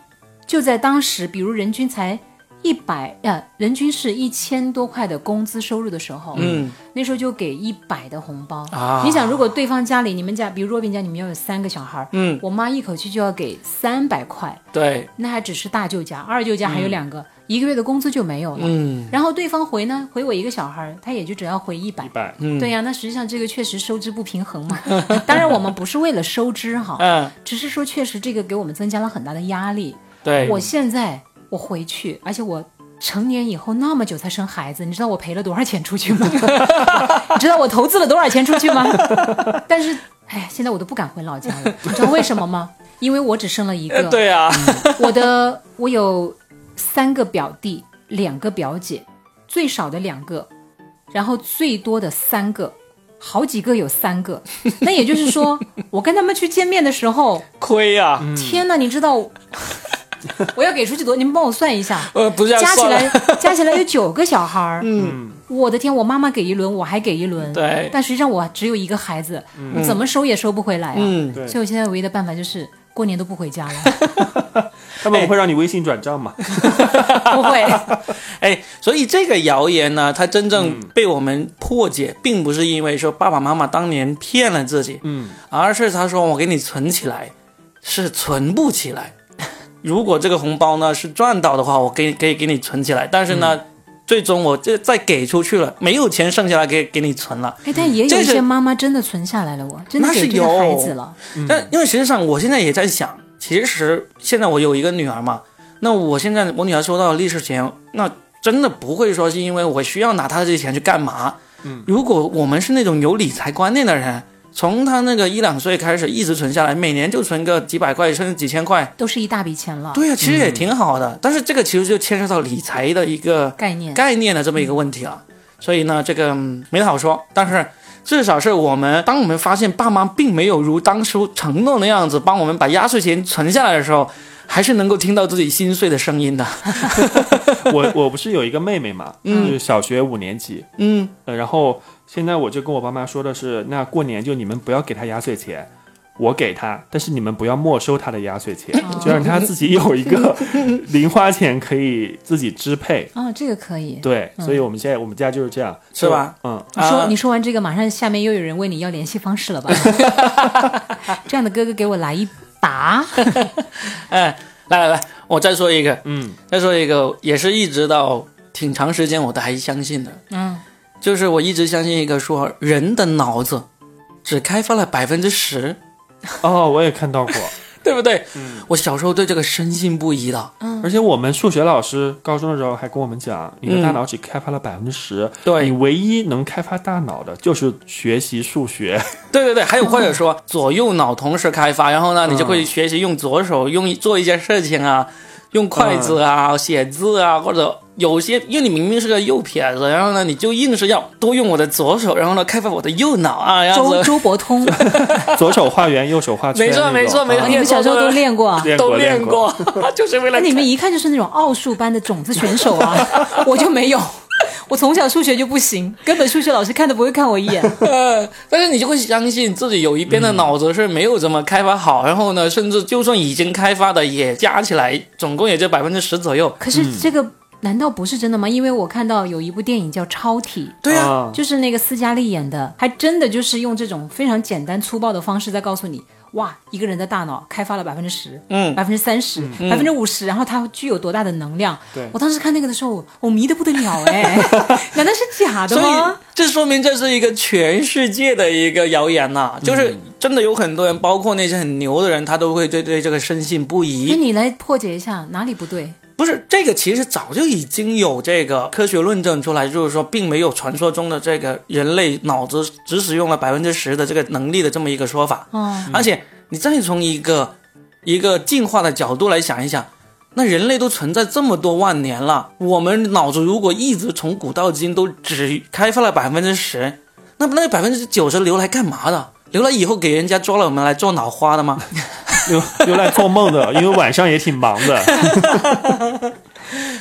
Speaker 2: 就在当时，比如人均才一百呃，人均是一千多块的工资收入的时候，
Speaker 1: 嗯，
Speaker 2: 那时候就给一百的红包
Speaker 1: 啊
Speaker 2: 你想，如果对方家里，你们家，比如若冰家，你们要有三个小孩，
Speaker 1: 嗯，
Speaker 2: 我妈一口气就要给三百块，
Speaker 1: 对，
Speaker 2: 那还只是大舅家，二舅家还有两个，一个月的工资就没有了。
Speaker 1: 嗯
Speaker 2: 然后对方回呢，回我一个小孩儿，他也就只要回一百
Speaker 3: 一，百，
Speaker 1: 嗯
Speaker 2: 对呀、那实际上这个确实收支不平衡嘛。 当然，我们不是为了收支哈，
Speaker 1: 嗯，
Speaker 2: 只是说确实这个给我们增加了很大的压力。
Speaker 1: 对，
Speaker 2: 我现在我回去，而且我成年以后那么久才生孩子，你知道我赔了多少钱出去吗？ 你知道我投资了多少钱出去吗？ 但是，哎，现在我都不敢回老家了，你知道为什么吗？因为我只生了一个，
Speaker 1: 对啊，
Speaker 2: 我的我有三个表弟，两个表姐，最少的两个，然后最多的三个，好几个有三个。那也就是说，我跟他们去见面的时候，
Speaker 1: 亏啊，
Speaker 2: 天哪，你知道我我要给出去多？你们帮我算一下，
Speaker 1: 呃，不是要
Speaker 2: 加起
Speaker 1: 算了
Speaker 2: 来加起来有九个小孩儿。
Speaker 3: 嗯，
Speaker 2: 我的天，我妈妈给一轮，我还给一轮。
Speaker 1: 对
Speaker 2: 但实际上我只有一个孩子，我怎么收也收不回来啊。
Speaker 1: 嗯，
Speaker 3: 对
Speaker 2: 所以我现在唯一的办法就是过年都不回家 了，
Speaker 3: 他们不会让你微信转账嘛？
Speaker 2: 不会。
Speaker 1: 哎，所以这个谣言呢，它真正被我们破解，并不是因为说爸爸妈妈当年骗了自己，
Speaker 3: 嗯，
Speaker 1: 而是他说我给你存起来，是存不起来。 如果这个红包呢是赚到的话，我给可以给你存起来，但是呢，嗯最终我这再给出去了，没有钱剩下来给给你存了。
Speaker 2: 哎，但也有
Speaker 1: 这
Speaker 2: 一
Speaker 1: 是
Speaker 2: 些妈妈真的存下来了我，真的
Speaker 1: 那是
Speaker 2: 给这个
Speaker 1: 有
Speaker 2: 孩子了。
Speaker 3: 嗯
Speaker 1: 但因为实际上，我现在也在想，其实现在我有一个女儿嘛，那我现在我女儿收到利是钱，那真的不会说是因为我需要拿她这些钱去干嘛。嗯，如果我们是那种有理财观念的人，从她那个一两岁开始一直存下来，每年就存个几百块甚至几千块，
Speaker 2: 都是一大笔钱了，
Speaker 1: 对呀、其实也挺好的。但是这个其实就牵涉到理财的一个
Speaker 2: 概念
Speaker 1: 概念的这么一个问题了。所以呢，这个嗯没得好说，但是至少是我们，当我们发现爸妈并没有如当初承诺那样子帮我们把压岁钱存下来的时候，还是能够听到自己心碎的声音的。
Speaker 3: 我我不是有一个妹妹嘛，
Speaker 2: 嗯
Speaker 3: 就是小学五年级，
Speaker 1: 嗯，
Speaker 3: 呃，然后现在我就跟我爸妈说的是，那过年就你们不要给她压岁钱。我给她，但是你们不要没收她的压岁钱，
Speaker 2: 哦
Speaker 3: 就让她自己有 一个零花钱可以自己支配。
Speaker 2: 啊、这个可以。
Speaker 3: 对，所
Speaker 2: 嗯
Speaker 3: 以我们现在我们家就是这样，
Speaker 1: 是吧？
Speaker 3: 嗯，
Speaker 2: 你说、
Speaker 1: 啊
Speaker 2: 你说完这个，马上下面又有人问你要联系方式了 吧？这样的哥哥给我来一打，
Speaker 1: 哎，来来来，我再说一个，
Speaker 3: 嗯，
Speaker 1: 再说一个，也是一直到挺长时间我都还相信的，
Speaker 2: 嗯，
Speaker 1: 就是我一直相信一个说人的脑子只开发了百分之十，
Speaker 3: 哦，我也看到过，
Speaker 1: 对不对？我小时候对这个深信不疑的。
Speaker 3: 而且我们数学老师高中的时候还跟我们讲，你的
Speaker 1: 嗯
Speaker 3: 大脑只开发了百分之十，
Speaker 1: 对
Speaker 3: 你唯一能开发大脑的就是学习数学。
Speaker 1: 对对对，还有或者说左右脑同时开发，然后呢，你就会学习用左手用做一件事情啊，用筷子啊、写字啊，或者有些因为你明明是个右撇子，然后呢，你就硬是要多用我的左手，然后呢，开发我的右脑啊，然后
Speaker 2: 周周伯通，哦
Speaker 3: 左手画圆，右手画圈
Speaker 1: 没
Speaker 3: 那
Speaker 1: 错
Speaker 3: 种。
Speaker 1: 没错没错
Speaker 3: 啊
Speaker 2: 你们小时候都练过啊？
Speaker 3: 练
Speaker 1: 都
Speaker 3: 过
Speaker 1: 练
Speaker 3: 练
Speaker 1: 过， 就是为
Speaker 2: 那
Speaker 1: 了
Speaker 2: 你们一看就是那种奥数班的种子选手 啊，我就没有。我从小数学就不行，根本数学老师看都不会看我一眼。
Speaker 1: 呃，但是你就会相信自己有一边的脑子是没有怎么开发好，然后呢，甚至就算已经开发的也加起来，总共也就百分之十左右。
Speaker 2: 可是这个难道不是真的吗？因为我看到有一部电影叫《超体》，
Speaker 1: 对呀、
Speaker 3: 啊
Speaker 2: 就是那个斯嘉丽演的，还真的就是用这种非常简单粗暴的方式在告诉你，哇，一个人的大脑开发了百分之十，
Speaker 1: 嗯
Speaker 2: 百分之三十，百分之五十，然后他具有多大的能量？
Speaker 3: 对
Speaker 2: 我当时看那个的时候，我我迷得不得了哎， 难道是假的
Speaker 1: 所以
Speaker 2: 吗？
Speaker 1: 这说明这是一个全世界的一个谣言呐、就是真的有很多人，包括那些很牛的人，他都会对对这个深信不
Speaker 2: 那
Speaker 1: 疑。
Speaker 2: 你来破解一下哪里不对？
Speaker 1: 不是这个，其实早就已经有这个科学论证出来，就是说并没有传说中的这个人类脑子嗯只使用了百分之十的这个能力的这么一个说法。
Speaker 2: 哦，
Speaker 1: 而且你再从一个一个进化的角度来想一想，那人类都存在这么多万年了，我们脑子如果一直从古到今都只开发了百分之十，那那百分之九十留来干嘛的？留来以后给人家抓了我们来做脑花的吗？
Speaker 3: 留留来做梦的，因为晚上也挺忙 的。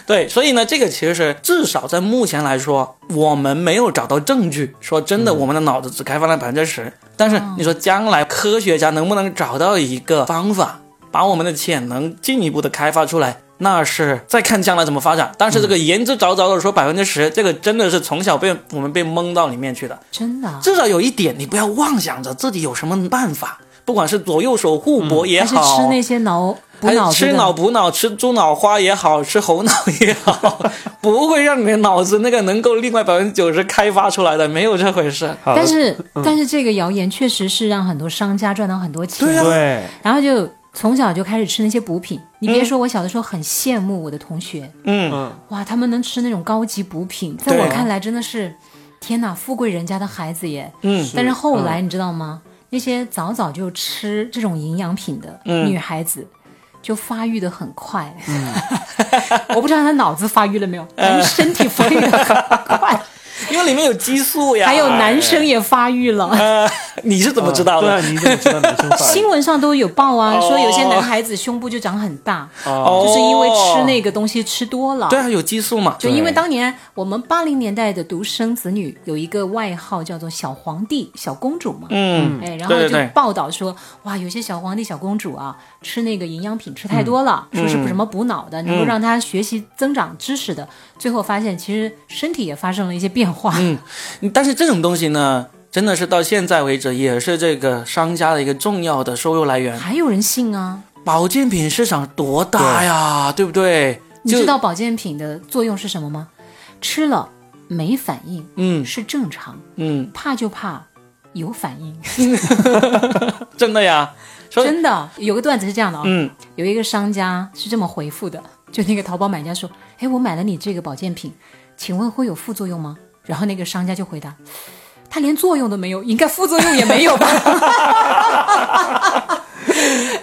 Speaker 1: 对，所以呢，这个其实是至少在目前来说，我们没有找到证据说真的，我们的脑子只开发了百分之十。
Speaker 2: 嗯
Speaker 1: 但是你说将来科学家能不能找到一个方法，把我们的潜能进一步的开发出来，那是再看将来怎么发展。但是这个
Speaker 2: 嗯
Speaker 1: 言之凿凿的说百分之十，这个真的是从小被我们被蒙到里面去的。
Speaker 2: 真的啊，
Speaker 1: 至少有一点，你不要妄想着自己有什么办法，不管是左右手互搏也
Speaker 2: 嗯还是
Speaker 1: 好，
Speaker 2: 吃那些脑补
Speaker 1: 还
Speaker 2: 脑
Speaker 1: 是
Speaker 2: 子的
Speaker 1: 哎吃脑补脑，吃猪脑花也好，吃猴脑也好， 不会让你的脑子那个能够另外百分之九十开发出来的，没有这回事。
Speaker 3: 好的
Speaker 2: 但是、
Speaker 1: 嗯
Speaker 2: 但是这个谣言确实是让很多商家赚到很多钱，
Speaker 1: 对啊
Speaker 3: 对，
Speaker 2: 然后就从小就开始吃那些补品。你别说，我小的时候很羡慕我的同学，
Speaker 1: 嗯，
Speaker 3: 嗯，
Speaker 2: 哇，他们能吃那种高级补品，在
Speaker 1: 对啊
Speaker 2: 我看来真的是，天哪，富贵人家的孩子耶。
Speaker 1: 嗯
Speaker 2: 但是后来你知道吗？那些早早就吃这种营养品的
Speaker 1: 嗯
Speaker 2: 女孩子。就发育的很快， 我不知道她脑子发育了没有，
Speaker 1: 嗯
Speaker 2: 但是身体发育的 很快，
Speaker 1: 因为里面有激素呀。哎
Speaker 2: 还有男生也发育了。
Speaker 1: 呃，你是怎么知道
Speaker 3: 对
Speaker 1: 的？
Speaker 3: 啊，你怎么知道男生发育
Speaker 2: 新闻上都有报啊，
Speaker 1: 哦
Speaker 2: 说有些男孩子胸部就长很大，
Speaker 1: 哦
Speaker 2: 就是因为吃那个东西吃多了。
Speaker 1: 对啊，有激素嘛。
Speaker 2: 就因为当年我们八零年代的独生子女有一个外号叫做“小皇帝”、“小公主”嘛，
Speaker 1: 嗯，
Speaker 2: 哎，然后
Speaker 1: 对对
Speaker 2: 就
Speaker 1: 对，
Speaker 2: 报道说，哇，有些小皇帝、小公主啊，吃那个营养品吃太多了，说是
Speaker 1: 嗯
Speaker 2: 什么补脑的，能够让他学习增长知识的，最后发现其实身体也发生了一些变化。
Speaker 1: 嗯
Speaker 2: 嗯
Speaker 1: 但是这种东西呢，真的是到现在为止也是这个商家的一个重要的收入来源。
Speaker 2: 还有人信啊？
Speaker 1: 保健品市场多大呀，对不对？
Speaker 2: 你知道保健品的作用是什么吗？吃了没反应
Speaker 1: 嗯
Speaker 2: 是正常，
Speaker 1: 嗯，
Speaker 2: 怕就怕有反应。
Speaker 1: 真的呀。所以
Speaker 2: 真的有个段子是这样的啊、
Speaker 1: 呃嗯
Speaker 2: 有一个商家是这么回复的，就那个淘宝买家说：“哎，我买了你这个保健品，请问会有副作用吗？”然后那个商家就回答：“他连作用都没有，应该副作用也没有 吧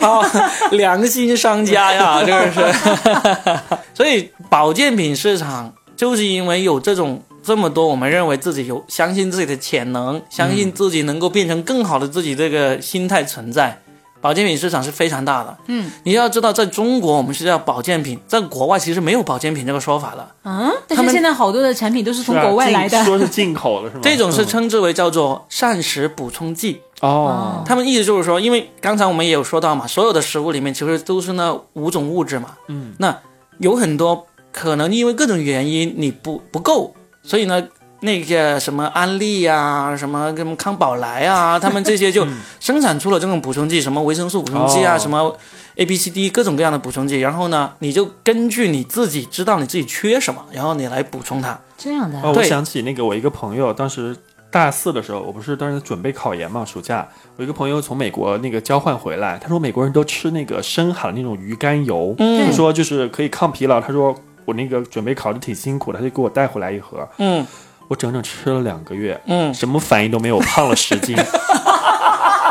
Speaker 1: 好，哦良心商家呀， 这个是。所以保健品市场就是因为有这种这么多我们认为自己有相信自己的潜
Speaker 3: 嗯
Speaker 1: 能，相信自己能够变成更好的自己这个心态存在。保健品市场是非常大的，嗯，你要知道，在中国我们是叫保健品，在国外其实没有保健品这个说法的，？”
Speaker 2: 嗯，
Speaker 1: 他
Speaker 2: 但是
Speaker 1: 们
Speaker 2: 现在好多的产品都是从
Speaker 3: 是啊
Speaker 2: 国外
Speaker 3: 进
Speaker 2: 来的。
Speaker 3: 说是进口的是吗？
Speaker 1: 这种是
Speaker 3: 嗯
Speaker 1: 称之为叫做膳食补充剂。
Speaker 3: 哦，
Speaker 1: 他们意思就是说，因为刚才我们也有说到嘛，所有的食物里面其实都是那五种物质嘛。
Speaker 3: 嗯，
Speaker 1: 那有很多可能因为各种原因你不不够，所以呢，那个什么安利呀、什么什么康宝莱啊，他们这些就生产出了这种补充剂，什么维生素补充剂啊，
Speaker 3: 哦
Speaker 1: 什么 A B C D 各种各样的补充剂。然后呢，你就根据你自己知道你自己缺什么，然后你来补充它。
Speaker 2: 这样的啊、
Speaker 3: 哦，我
Speaker 1: 对
Speaker 3: 想起那个我一个朋友，当时大四的时候，我不是当时准备考研嘛，暑假，我一个朋友从美国那个交换回来，他说美国人都吃那个深海的那种鱼肝油，
Speaker 1: 嗯
Speaker 3: 他说就是可以抗疲劳，他说我那个准备考的挺辛苦的，他就给我带回来一盒，
Speaker 1: 嗯
Speaker 3: 我整整吃了两个月，
Speaker 1: 嗯，
Speaker 3: 什么反应都没有，胖了十 斤，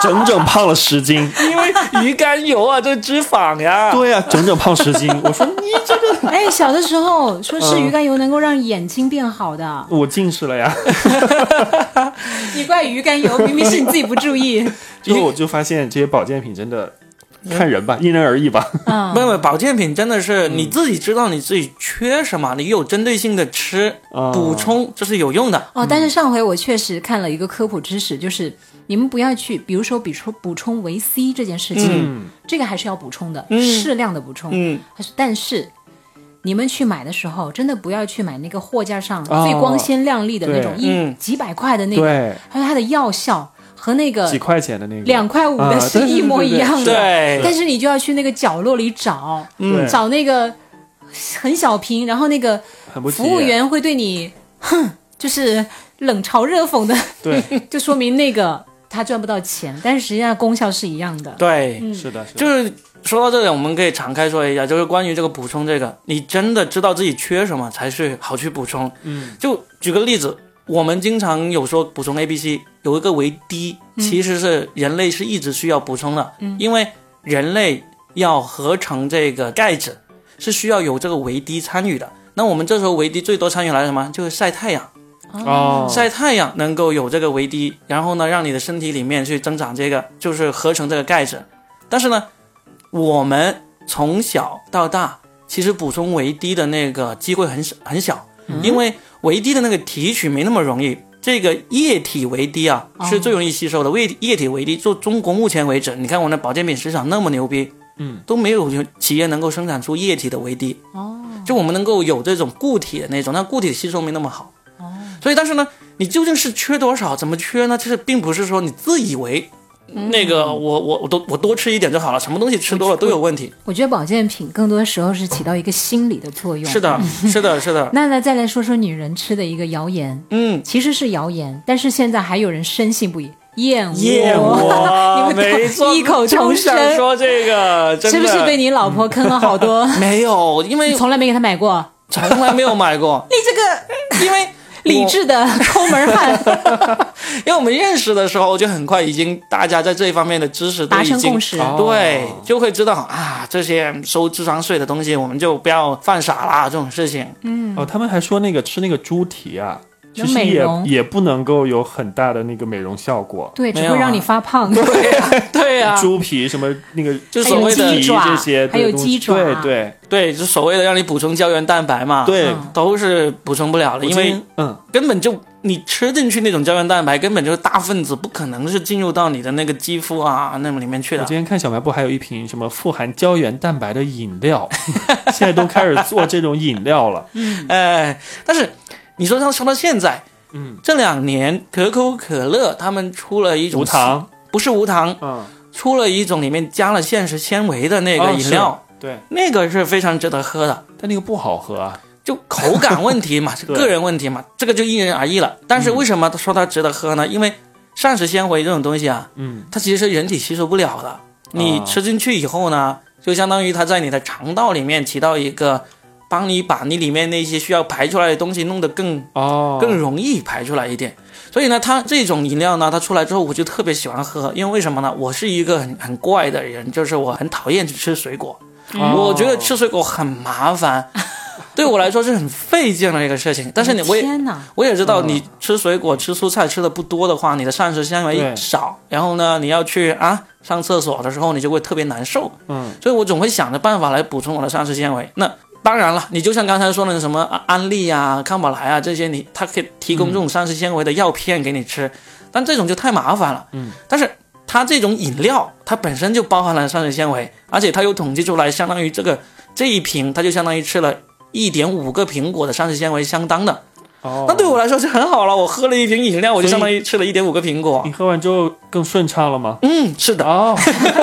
Speaker 3: 整整胖了十斤。
Speaker 1: 因为鱼肝油啊，这脂肪呀。
Speaker 3: 对呀、整整胖十 斤。我说
Speaker 2: 哎，小的时候说吃
Speaker 1: 嗯
Speaker 2: 鱼肝油能够让眼睛变好的，
Speaker 3: 我近视 了呀，
Speaker 1: 嗯
Speaker 2: 你怪鱼肝油，明明是你自己不注意。
Speaker 3: 最后我就发现这些保健品真的看人吧，因人而异吧。
Speaker 2: 嗯
Speaker 1: 没，有，没有保健品真的是你自己知道你自己缺什么，你有针对性的吃
Speaker 3: 啊
Speaker 1: 补充，这是有用的。
Speaker 2: 哦，但是上回我确实看了一个科普知识，就是你们不要去，比如说补充补充维 C 这件事情，
Speaker 3: 嗯
Speaker 2: 这个还是要补充的，
Speaker 1: 嗯
Speaker 2: 适量的补充。
Speaker 1: 嗯，
Speaker 2: 但是但是你们去买的时候，真的不要去买那个货架上
Speaker 3: 哦
Speaker 2: 最光鲜亮丽的那种
Speaker 3: 对
Speaker 2: 一、
Speaker 1: 嗯
Speaker 2: 几百块的那个，
Speaker 3: 对，
Speaker 2: 还有它的药效和那个
Speaker 3: 几块钱的那个
Speaker 2: 呃两块五的
Speaker 3: 啊
Speaker 2: 是
Speaker 3: 对对
Speaker 2: 一模
Speaker 3: 对
Speaker 2: 一
Speaker 3: 对
Speaker 2: 样的。
Speaker 1: 对，
Speaker 2: 但是你就要去那个角落里找，
Speaker 3: 嗯
Speaker 2: 找那个很小瓶，然后那个
Speaker 3: 很不起
Speaker 2: 服务员会对你，哼，就是冷嘲热讽的，
Speaker 3: 对，
Speaker 2: 就说明那个他赚不到钱，但是实际上功效是一样的。
Speaker 1: 对，
Speaker 2: 嗯
Speaker 3: 是的，是的
Speaker 1: 就是说到这里，我们可以敞开说一下，就是关于这个补充这个，你真的知道自己缺什么才是好去补充。
Speaker 3: 嗯，
Speaker 1: 就举个例子，我们经常有说补充 A、B、C，有一个为 D，其实是人类是一直需要补充的，因为人类要合成这个钙质，是需要有这个维 D 参与的。那我们这时候维 D 最多参与来什么？就是晒太阳。
Speaker 3: 哦，
Speaker 1: 晒太阳能够有这个维 D，然后呢，让你的身体里面去增长这个，就是合成这个钙质。但是呢，我们从小到大，其实补充维 D 的那个机会很少很小，因为维 D 的那个提取没那么容易。这个液体维 D 啊，是最容易吸收的。为液体维 D，就中国目前为止，你看我那保健品市场那么牛逼，
Speaker 3: 嗯，
Speaker 1: 都没有企业能够生产出液体的维 D。
Speaker 2: 哦，
Speaker 1: 就我们能够有这种固体的那种，但固体吸收没那么好。所以，但是呢，你究竟是缺多少？怎么缺呢？其实并不是说你自以为那个我我我多我多吃一点就好了，什么东西吃多了都有问题。
Speaker 2: 我觉得保健品更多时候是起到一个心理的作用。
Speaker 1: 是。的，是的，是的，
Speaker 2: 那呢，再来说说女人吃的一个谣言，
Speaker 1: 嗯，
Speaker 2: 其实是谣言，但是现在还有人深信不疑，燕窝，
Speaker 1: 燕窝，
Speaker 2: 你们都
Speaker 1: 没错，
Speaker 2: 异口同
Speaker 1: 就想
Speaker 2: 声，
Speaker 1: 说这个，真
Speaker 2: 是
Speaker 1: 的嗯
Speaker 2: 不是被你老婆坑了好多？
Speaker 1: 没有？因
Speaker 2: 你
Speaker 1: 为
Speaker 2: 从来没给她买过，
Speaker 1: 从来没有买过，
Speaker 2: 你这个
Speaker 1: 因为
Speaker 2: 理
Speaker 1: 我
Speaker 2: 智的抠门汉，
Speaker 1: 因为我们认识的时候就很快已经大家在这一方面的知识都
Speaker 2: 达
Speaker 1: 已
Speaker 2: 成
Speaker 1: 经
Speaker 2: 共识。
Speaker 3: 哦
Speaker 1: 对，就会知道啊，这些收智商税的东西我们就不要犯傻啦，这种事情。
Speaker 2: 嗯
Speaker 3: 哦，他们还说那个吃那个猪蹄啊，
Speaker 2: 有
Speaker 3: 其实
Speaker 2: 美
Speaker 3: 也
Speaker 2: 容
Speaker 3: 也不能够有很大的那个美容效果。
Speaker 2: 对，只
Speaker 1: 没有
Speaker 2: 会
Speaker 1: 啊
Speaker 2: 让你发胖。
Speaker 1: 对呀、对呀、
Speaker 3: 猪皮什么那个
Speaker 1: 就
Speaker 2: 还
Speaker 1: 所
Speaker 2: 有
Speaker 1: 谓的
Speaker 2: 啊鸡
Speaker 3: 鸡
Speaker 2: 爪
Speaker 3: 这些，
Speaker 2: 还有
Speaker 3: 对
Speaker 2: 鸡爪
Speaker 3: 对对
Speaker 1: 对，就所谓的让你补充胶原蛋白嘛，，
Speaker 3: 对
Speaker 2: 嗯，
Speaker 1: 都是补充不了的，啊
Speaker 3: 我
Speaker 1: 因
Speaker 3: 今
Speaker 1: 为
Speaker 3: 天嗯，
Speaker 1: 根本就你吃进去那种胶原蛋白，根本就是大分子，不可能是进入到你的那个肌肤啊那么里面去
Speaker 3: 我
Speaker 1: 的。
Speaker 3: 今天看小卖部还有一瓶什么富含胶原蛋白的饮料， 现在都开始做这种饮料了。
Speaker 1: 哎，但是你说像说到现在，
Speaker 3: 嗯，
Speaker 1: 这两年可口可乐他们出了 一种
Speaker 3: 无，糖，
Speaker 1: 不是无糖，
Speaker 3: 嗯，
Speaker 1: 出了一种里面加了膳食纤维的那
Speaker 3: 哦
Speaker 1: 个饮料，
Speaker 3: 是对，
Speaker 1: 那个是非常值得喝的。
Speaker 3: 但那个不好喝啊。
Speaker 1: 就口感问题嘛，是
Speaker 3: 对
Speaker 1: 个人问题嘛，这个就因人而异了。但是为什么说它值得喝呢？因为膳食纤维这种东西啊，
Speaker 3: 嗯，
Speaker 1: 它其实是人体吸收不了的。你
Speaker 3: 啊
Speaker 1: 吃进去以后呢，就相当于它在你的肠道里面起到一个帮你把你里面那些需要排出来的东西弄得更
Speaker 3: 哦，
Speaker 1: 更容易排出来一点。所以呢，它这种饮料呢，它出来之后我就特别喜欢喝，因为为什么呢？我是一个很很怪的人，就是我很讨厌去吃水果。
Speaker 3: 哦
Speaker 1: 我觉得吃水果很麻 烦，对我来说是很费劲的一个事情。但是你我也
Speaker 2: 天哪，
Speaker 1: 我也知道，
Speaker 3: 嗯
Speaker 1: 你吃水果、吃蔬菜吃的不多的话，你的膳食纤维
Speaker 3: 对
Speaker 1: 少，然后呢，你要去啊上厕所的时候，你就会特别难受。
Speaker 3: 嗯，
Speaker 1: 所以我总会想着办法来补充我的膳食纤维。那当然了，你就像刚才说的什么啊安利啊、康宝莱啊这些你，它可以提供这种膳食纤维的药片给你吃，但这种就太麻烦了。
Speaker 3: 嗯，
Speaker 1: 但是它这种饮料，它本身就包含了膳食纤维，而且它有统计出来，相当于这个这一瓶，它就相当于吃了。一点五个苹果的膳食纤维相当的，
Speaker 3: 哦，
Speaker 1: 那对我来说就很好了。我喝了一瓶饮料，我就
Speaker 3: 所以
Speaker 1: 相当于吃了一点五个苹果
Speaker 3: 你。喝完之后更顺畅了吗？
Speaker 1: 嗯，是的，
Speaker 3: 哦。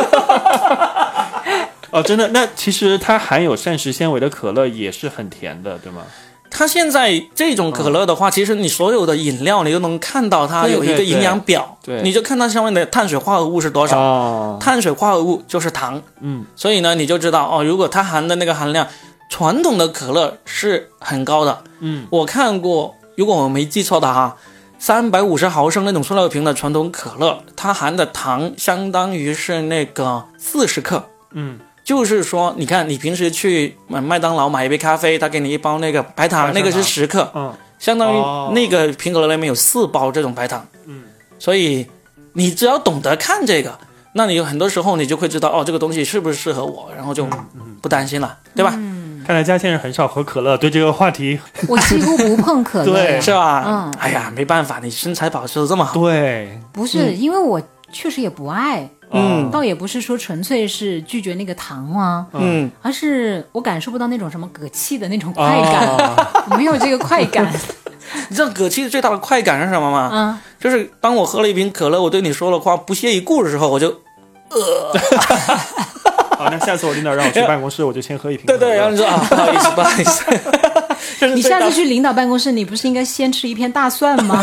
Speaker 3: 哦，真的，那其实它含有膳食纤维的可乐也是很甜的，对吗？
Speaker 1: 它现在这种可乐的
Speaker 3: 嗯
Speaker 1: 话，其实你所有的饮料你都能看到它有一个营养表，
Speaker 3: 对对对
Speaker 1: 你就看它上面的碳水化合物是多少，
Speaker 3: 哦，
Speaker 1: 碳水化合物就是糖，
Speaker 3: 嗯，
Speaker 1: 所以呢你就知道哦，如果它含的那个含量，传统的可乐是很高的，
Speaker 3: 嗯，
Speaker 1: 我看过，如果我没记错的哈。三百五十毫升那种塑料瓶的传统可乐，它含的糖相当于是那个四十克，
Speaker 3: 嗯，
Speaker 1: 就是说，你看你平时去买麦当劳买一杯咖啡，他给你一包那个白糖，
Speaker 3: 白糖
Speaker 1: 那个是十克，
Speaker 3: 嗯，
Speaker 1: 相当
Speaker 3: 哦
Speaker 1: 于那个苹果乐里面有四包这种白糖。
Speaker 3: 嗯，
Speaker 1: 所以你只要懂得看这个，那你有很多时候你就会知道哦，这个东西是不是适合我，然后就
Speaker 3: 嗯
Speaker 1: 不担心了，对吧？
Speaker 2: 嗯
Speaker 3: 看来佳倩是很少喝可乐，对这个话题，
Speaker 2: 我几乎不碰可乐。
Speaker 3: 对
Speaker 1: 是吧？
Speaker 2: 嗯
Speaker 1: 哎呀，没办法，你身材保持的这么好，
Speaker 3: 对，
Speaker 2: 不是因为我确实也不爱，
Speaker 1: 嗯
Speaker 2: 倒也不是说纯粹是拒绝那个糖啊，
Speaker 1: 嗯，
Speaker 2: 而是我感受不到那种什么嗝气的那种
Speaker 3: 哦
Speaker 2: 快感，我没有这个快 感
Speaker 1: 你知道嗝气最大的快感是什么吗？
Speaker 2: 啊。
Speaker 1: 就是当我喝了一瓶可乐，我对你说了话不屑一顾的时候，我就
Speaker 3: 嗯好，那下次我领导让我去办公室，我就先喝一瓶可
Speaker 1: 对对，
Speaker 3: 乐。
Speaker 1: 然后你说 啊，不好意思，不好意思， 这是
Speaker 2: 你
Speaker 1: 最
Speaker 2: 下
Speaker 1: 大
Speaker 2: 次去领导办公室，你不是应该先吃一片大蒜 吗？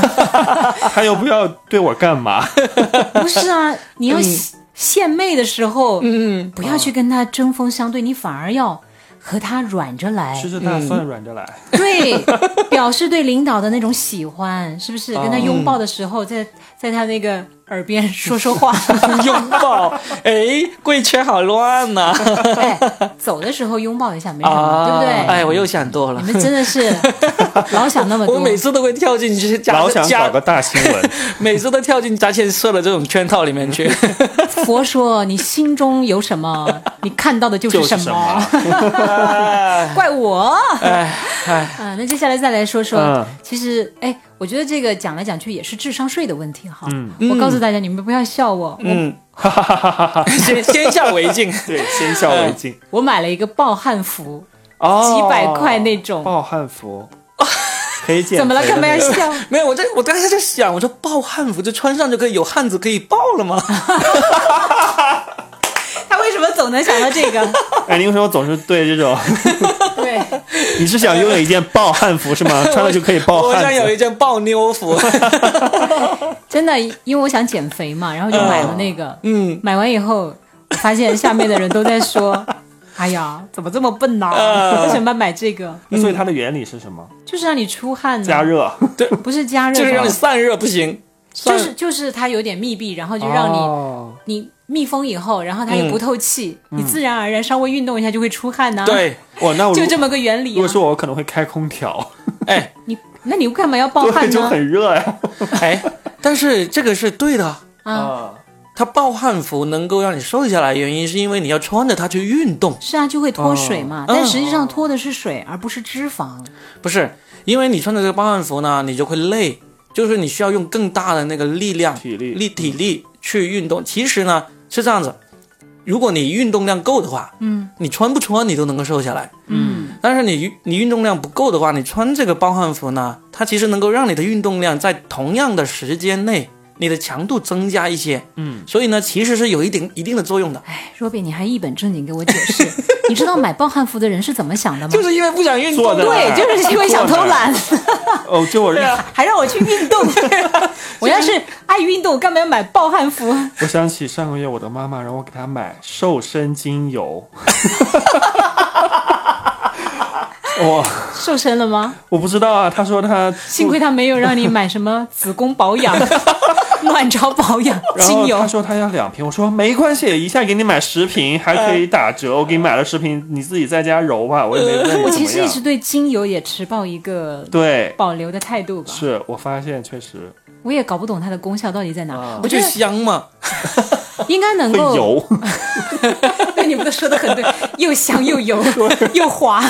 Speaker 3: 他又不要对我干嘛？
Speaker 2: 不是啊，
Speaker 1: 嗯
Speaker 2: 你要献献媚的时候，嗯，不要去跟他针锋相对，你反而要和他软着来
Speaker 3: 吃，着大蒜软着来。
Speaker 1: 嗯
Speaker 2: 对，表示对领导的那种喜欢，是不是？跟他拥抱的时候，在在他那个耳边说说 话。
Speaker 1: 拥抱，哎，贵圈好乱呐、
Speaker 2: 哎，走的时候拥抱一下没什么，
Speaker 1: 啊，
Speaker 2: 对不对？
Speaker 1: 哎，我又想多了
Speaker 2: 你，们真的是老想那么
Speaker 1: 我
Speaker 2: 多。
Speaker 1: 每次都会跳进去加
Speaker 3: 老想搞
Speaker 1: 加
Speaker 3: 个，大新闻，
Speaker 1: 每次都跳进加签社的这种圈套里面 去。
Speaker 2: 佛说你心中有什么，你看到的就是
Speaker 3: 就是什么
Speaker 2: 怪我。
Speaker 1: 哎 哎，
Speaker 2: 啊，那接下来再来说说，
Speaker 3: 嗯
Speaker 2: 其实哎，我觉得这个讲来讲去也是智商税的问题哈。
Speaker 3: 嗯
Speaker 2: 我告诉大家，你们不要笑我，
Speaker 1: 嗯，先先下为敬。
Speaker 3: 对，先笑为敬。
Speaker 2: 我买了一个暴汗服，
Speaker 3: 哦，
Speaker 2: 几百块那种
Speaker 3: 暴 汗服，可以减
Speaker 2: 怎么了？
Speaker 3: 肥的
Speaker 2: 干嘛要
Speaker 3: 那种
Speaker 2: 笑？
Speaker 1: 没有，我在我当时在想，我说抱汉服就穿上就可以有汉子可以抱了吗？
Speaker 2: 他为什么总能想到这 个？
Speaker 3: 哎，你为什么总是对这种？
Speaker 2: 对，
Speaker 3: 你是想拥有一件暴汗服是 吗？穿了就可以暴
Speaker 1: 我想
Speaker 3: 汗
Speaker 1: 有
Speaker 3: 服。
Speaker 1: 一件抱妞服。
Speaker 2: 真的，因为我想减肥嘛，然后就买了那个。
Speaker 1: 嗯，
Speaker 2: 买完以后，我发现下面的人都在 说：“哎呀，怎么这么笨呐、
Speaker 1: 嗯
Speaker 2: 为什么要买这个？
Speaker 3: 所以它的原理是什么？
Speaker 2: 就是让你出汗呢、
Speaker 3: 加热。
Speaker 2: 不是加热吧，
Speaker 1: 就是让你散热不行，
Speaker 2: 就
Speaker 1: 散
Speaker 2: 是就是它有点密闭，然后就让你、
Speaker 3: 哦
Speaker 2: 你密封以后，然后它又不透气，你自然而然稍微运动一下就会出汗呐、，
Speaker 3: 啊
Speaker 1: 对。
Speaker 3: 哇，哦那我
Speaker 2: 就
Speaker 3: 如
Speaker 2: 这么个原理、啊。
Speaker 3: 如果说我可能会开空调，
Speaker 1: 哎
Speaker 2: 你，那你干嘛要暴汗
Speaker 3: 对，就
Speaker 2: 呢？
Speaker 3: 很热呀。
Speaker 1: 哎，但是这个是对的。
Speaker 2: 啊，
Speaker 1: 它暴汗服能够让你瘦下来，原因是因为你要穿着它去运动，
Speaker 2: 是啊，就会脱水嘛，
Speaker 1: 嗯
Speaker 2: 但实际上脱的是水，而不是脂肪。
Speaker 1: 不是因为你穿着这个暴汗服呢，你就会累，就是你需要用更大的那个力量、
Speaker 3: 体力
Speaker 1: 力体力去运动。其实呢是这样子，如果你运动量够的话，
Speaker 2: 嗯，
Speaker 1: 你穿不穿你都能够瘦下来。
Speaker 2: 嗯，
Speaker 1: 但是你运你运动量不够的话，你穿这个暴汗服呢，它其实能够让你的运动量在同样的时间内，你的强度增加一些。
Speaker 3: 嗯，
Speaker 1: 所以呢，其实是有一定一定的作用的，
Speaker 2: 哎，若比，你还一本正经给我解释， 你知道买暴汗服的人是怎么想的 吗？
Speaker 1: 就是因为不想运
Speaker 3: 坐
Speaker 1: 动
Speaker 3: 在那
Speaker 1: 对
Speaker 3: 儿
Speaker 2: 对，就是因为想偷懒，
Speaker 3: 哦，就我
Speaker 2: 还让我去运动。 我要是爱运动，我干嘛要买暴汗服？
Speaker 3: 我想起上个月我的妈妈让我给她买瘦身精油。 我
Speaker 2: 瘦身了吗？
Speaker 3: 我不知道啊，她说她
Speaker 2: 幸亏他没有让你买什么子宫保 养、卵巢保养
Speaker 3: 然
Speaker 2: 精
Speaker 3: 后
Speaker 2: 油
Speaker 3: 她。说她要两瓶，我说没关系，一下给你买十瓶，还可以打折。我给你买了十瓶，你自己在家揉吧，我也没问你怎么
Speaker 2: 我
Speaker 3: 样。
Speaker 2: 其实一直对精油也持抱一个
Speaker 3: 对，
Speaker 2: 保留的态度吧，
Speaker 3: 是我发现确实
Speaker 2: 我也搞不懂它的功效到底在哪。我
Speaker 1: 不
Speaker 2: 觉
Speaker 1: 就
Speaker 2: 得
Speaker 1: 香吗？
Speaker 2: 应该能
Speaker 3: 啊会
Speaker 2: 够，
Speaker 3: 油，
Speaker 2: 对你们都说的很对，又香又 油又滑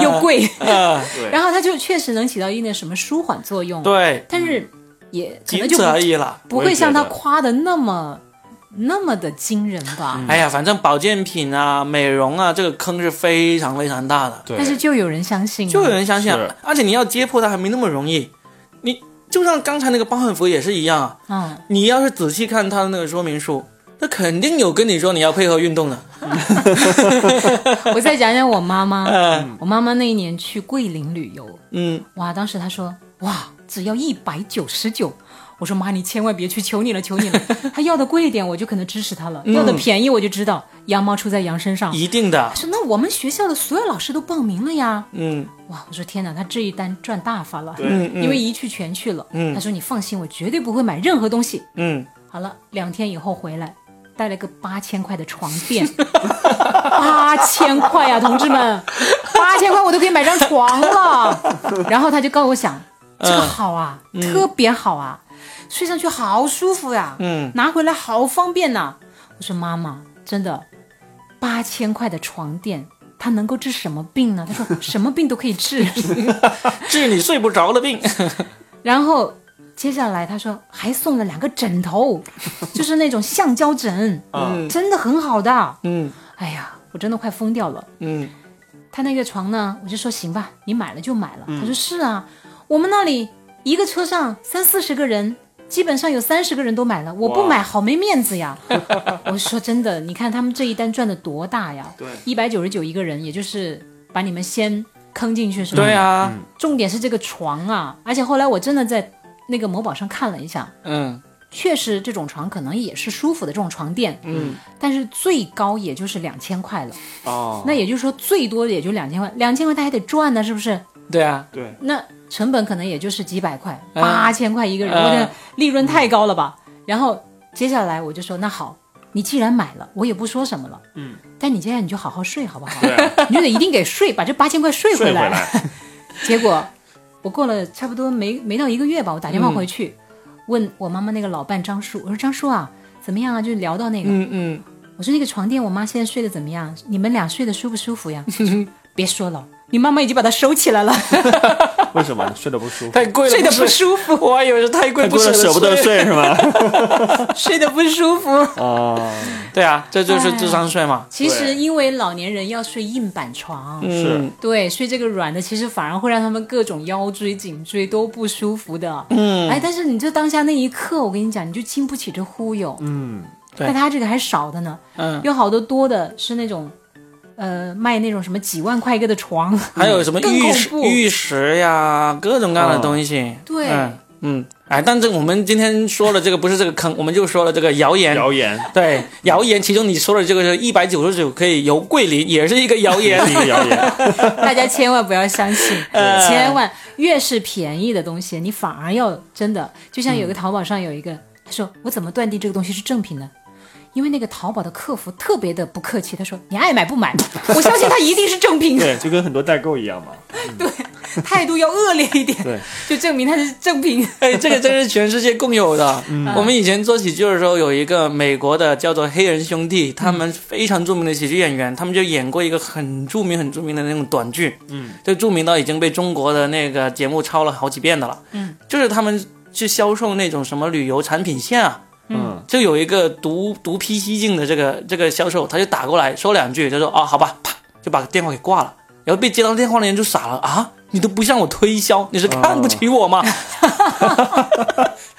Speaker 2: 又贵，
Speaker 1: 啊，
Speaker 3: 对
Speaker 2: 然后它就确实能起到一定的什么舒缓作用，
Speaker 1: 对，
Speaker 2: 但是也可
Speaker 1: 仅
Speaker 2: 能就
Speaker 1: 此
Speaker 2: 不
Speaker 1: 而已啦。
Speaker 2: 不
Speaker 3: 我也
Speaker 2: 会
Speaker 3: 觉
Speaker 2: 像他
Speaker 3: 得
Speaker 2: 夸的那么那么的惊人吧。
Speaker 3: 嗯
Speaker 1: 哎呀，反正保健品啊、美容啊，这个坑是非常非常大的，
Speaker 3: 对
Speaker 2: 但是就有人相信啊，
Speaker 1: 就有人相信啊
Speaker 3: 是，
Speaker 1: 而且你要揭破它还没那么容易。你就像刚才那个暴汗服也是一样啊，
Speaker 2: 嗯，
Speaker 1: 你要是仔细看它的那个说明书，那肯定有跟你说你要配合运动的。
Speaker 2: 我再讲讲我妈妈，
Speaker 1: 嗯
Speaker 2: 我妈妈那一年去桂林旅游，
Speaker 1: 嗯，
Speaker 2: 哇，当时她说哇，只要一百九十九。我说妈，你千万别去，求你了，求你 了！她要的贵一点，我就可能支持她了；
Speaker 1: 嗯
Speaker 2: 要的便宜，我就知道羊毛出在羊身上。
Speaker 1: 一定的
Speaker 2: 她。说那我们学校的所有老师都报名了呀！
Speaker 1: 嗯
Speaker 2: 哇，我说天哪，她这一单赚大发了，
Speaker 1: 嗯嗯
Speaker 2: 因为一去全去了。
Speaker 1: 嗯
Speaker 2: 她说你放心，我绝对不会买任何东西。
Speaker 1: 嗯，
Speaker 2: 好了，两天以后回来，带了个八千块的床垫， 八千块呀、同志们，八千块我都可以买张床了。然后他就告诉我想，这个好啊，特别好啊，睡上去好舒服呀、
Speaker 1: 嗯，
Speaker 2: 拿回来好方便呐、我说妈妈，真的，八千块的床垫。它能够治什么病呢？他说什么病都可以治。
Speaker 1: 治你睡不着的病。
Speaker 2: 然后接下来他说还送了两个枕头，就是那种橡胶枕。
Speaker 1: 嗯
Speaker 2: 真的很好的。
Speaker 1: 嗯
Speaker 2: 哎呀，我真的快疯掉了。
Speaker 1: 嗯
Speaker 2: 他那个床呢，我就说行吧，你买了就买了。他说是啊，我们那里一个车上三四十个人。基本上有三十个人都买了，我不买好没面子呀！我说真的，你看他们这一单赚的多大呀？
Speaker 3: 对
Speaker 2: 一百九十九一个人，也就是把你们先坑进去是吧？
Speaker 1: 对啊，
Speaker 2: 重点是这个床啊，而且后来我真的在那个某宝上看了一下，
Speaker 1: 嗯
Speaker 2: 确实这种床可能也是舒服的这种床垫，
Speaker 1: 嗯，
Speaker 2: 但是最高也就是两千块了。
Speaker 3: 哦，
Speaker 2: 那也就是说，最多也就两千块，两千块他还得赚呢，是不是？
Speaker 1: 对啊，
Speaker 3: 对
Speaker 2: 那成本可能也就是几百块，
Speaker 3: 哎
Speaker 1: 嗯
Speaker 2: 八千块一个人，
Speaker 1: 嗯
Speaker 2: 我的利润太高了吧？然后接下来我就说，那好，你既然买了，我也不说什么了，
Speaker 3: 嗯，
Speaker 2: 但你接下来你就好好睡好不好？
Speaker 3: 对，啊
Speaker 2: 你就得一定给睡，把这八千块睡
Speaker 3: 睡
Speaker 2: 回
Speaker 3: 回
Speaker 2: 来。
Speaker 3: 来，
Speaker 2: 结果我过了差不多没没到一个月吧，我打电话回去、问我妈妈那个老伴张叔，我说张叔啊，怎么样啊？就聊到那个，
Speaker 1: 嗯嗯，
Speaker 2: 我说那个床垫，我妈现在睡得怎么样？你们俩睡得舒不舒服 呀？别说了，你妈妈已经把它收起来了，
Speaker 3: 为什么呢睡得不舒服？
Speaker 1: 太贵了，
Speaker 2: 睡得不
Speaker 1: 不是，
Speaker 2: 舒服，
Speaker 1: 我还以为是太贵，
Speaker 3: 太贵了，
Speaker 1: 舍
Speaker 3: 舍不得
Speaker 1: 睡。
Speaker 3: 睡是吗？
Speaker 2: 睡得不 舒服。
Speaker 3: 啊，
Speaker 1: 对啊，这就是智商税嘛。
Speaker 2: 其实
Speaker 3: 对
Speaker 2: 因为老年人要睡硬板床，
Speaker 3: 是
Speaker 2: 对，睡这个软的，其实反而会让他们各种腰椎、颈椎都不舒服的。嗯，哎，但是你这当下那一刻，我跟你讲，你就经不起这忽悠。
Speaker 3: 嗯，
Speaker 1: 对
Speaker 2: 但他这个还少的呢，
Speaker 1: 嗯，
Speaker 2: 有好多多的是那种，呃，卖那种什么几万块一个的床，
Speaker 1: 还有什么
Speaker 2: 嗯更
Speaker 1: 玉
Speaker 2: 恐
Speaker 1: 石、
Speaker 2: 怖哦
Speaker 1: 玉石呀，各种各样的东西。
Speaker 2: 对
Speaker 1: 嗯嗯，哎，但是我们今天说的这个不是这个坑，我们就说了这个谣言。
Speaker 3: 谣言，
Speaker 1: 对，谣言，其中你说的这个是一百九十九可以游桂林，也是一个谣言。
Speaker 3: 第一个谣言，
Speaker 2: 大家千万不要相 信，
Speaker 1: 呃
Speaker 2: 千万越是便宜的东西，你反而要真的，就像
Speaker 1: 嗯
Speaker 2: 有个淘宝上有一个，他说我怎么断定这个东西是正品呢？因为那个淘宝的客服特别的不客气，他说你爱买不买， 我相信他一定是正品，
Speaker 3: 对，就跟很多代购一样嘛，
Speaker 2: 态度要恶劣一点，
Speaker 3: 对，
Speaker 2: 就证明他是正品。
Speaker 1: 哎，这个真是全世界共有的。我们以前做喜剧的时候，有一个美国的叫做黑人兄弟，他
Speaker 2: 嗯
Speaker 1: 们非常著名的喜剧演员，他们就演过一个很著名、很著名的那种短剧，
Speaker 3: 嗯，
Speaker 1: 就著名到已经被中国的那个节目抄了好几遍的了。
Speaker 2: 嗯，
Speaker 1: 就是他们去销售那种什么旅游产品线啊，
Speaker 3: 嗯，
Speaker 1: 就有一个独独辟蹊径的这个这个销售，他就打过来说两句，他说啊、好吧，啪就把电话给挂了。然后被接到电话的人就傻了啊，你都不向我推销，你是看不起我吗？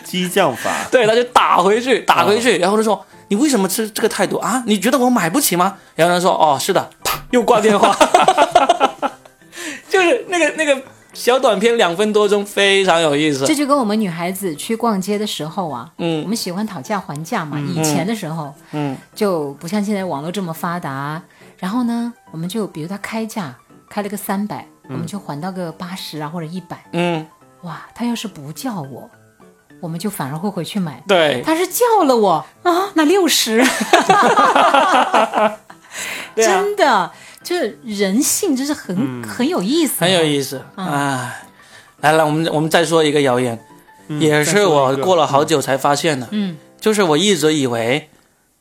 Speaker 3: 激将法，
Speaker 1: 对，他就打回去，
Speaker 2: 啊
Speaker 1: 打回去，然后他说你为什么是这个态度啊？你觉得我买不起吗？然后他说哦是的， 啪又挂电话，就是那个那个小短片两分多钟，非常有意思
Speaker 2: 这。就跟我们女孩子去逛街的时候啊，我
Speaker 1: 嗯
Speaker 2: 们喜欢讨价还价嘛。以前的时候，
Speaker 1: 嗯，
Speaker 2: 就不像现在网络这么发达。然后呢，我们就比如他开价开了个三百、我们就还到个八十啊或者一百。
Speaker 1: 嗯，
Speaker 2: 哇，他要是不叫我，我们就反而会回去买。
Speaker 1: 对，
Speaker 2: 他是叫了我啊，那六十，
Speaker 1: 对啊，嗯
Speaker 2: 真的，就是人性，这是很、很有意思，
Speaker 1: 很有意思
Speaker 2: 嗯
Speaker 1: 啊。来来，我们我们再说一个谣言，
Speaker 3: 嗯
Speaker 1: 也是我过了，好
Speaker 3: 再说一个
Speaker 1: 久才发现的，
Speaker 2: 嗯，
Speaker 1: 就是我一直以为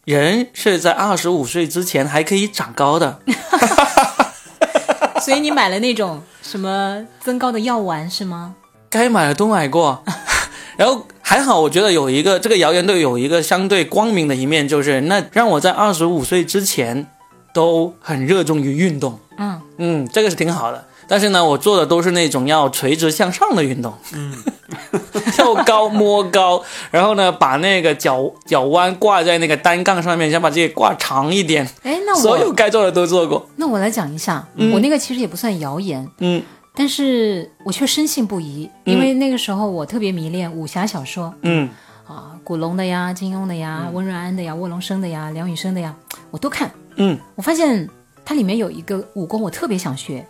Speaker 1: 人是在二十五岁之前还可以长高的，
Speaker 2: 思。所以你买了那种什么增高的药丸是吗？
Speaker 1: 该买的都买过， 然后还好，我觉得有一个这个谣言对有一个相对光明的一面，就是那让我在二十五岁之前都很热衷于运动，
Speaker 2: 嗯，
Speaker 1: 嗯，这个是挺好的。但是呢，我做的都是那种要垂直向上的运动， 嗯，跳高、摸高，然后呢，把那个脚脚弯挂在那个单杠上面，想把自己挂长一点。
Speaker 2: 哎，那我
Speaker 1: 所有该做的都做过，
Speaker 2: 那我来讲一下，
Speaker 1: 嗯
Speaker 2: 我那个其实也不算谣言，
Speaker 1: 嗯
Speaker 2: 但是我却深信不疑，
Speaker 1: 嗯
Speaker 2: 因为那个时候我特别迷恋武侠小说
Speaker 1: 嗯
Speaker 2: 啊，古龙的呀、金庸的呀、温润安的呀、卧龙生的呀、梁羽生的呀，我都看。
Speaker 1: 嗯
Speaker 2: 我发现它里面有一个武功我特别想学，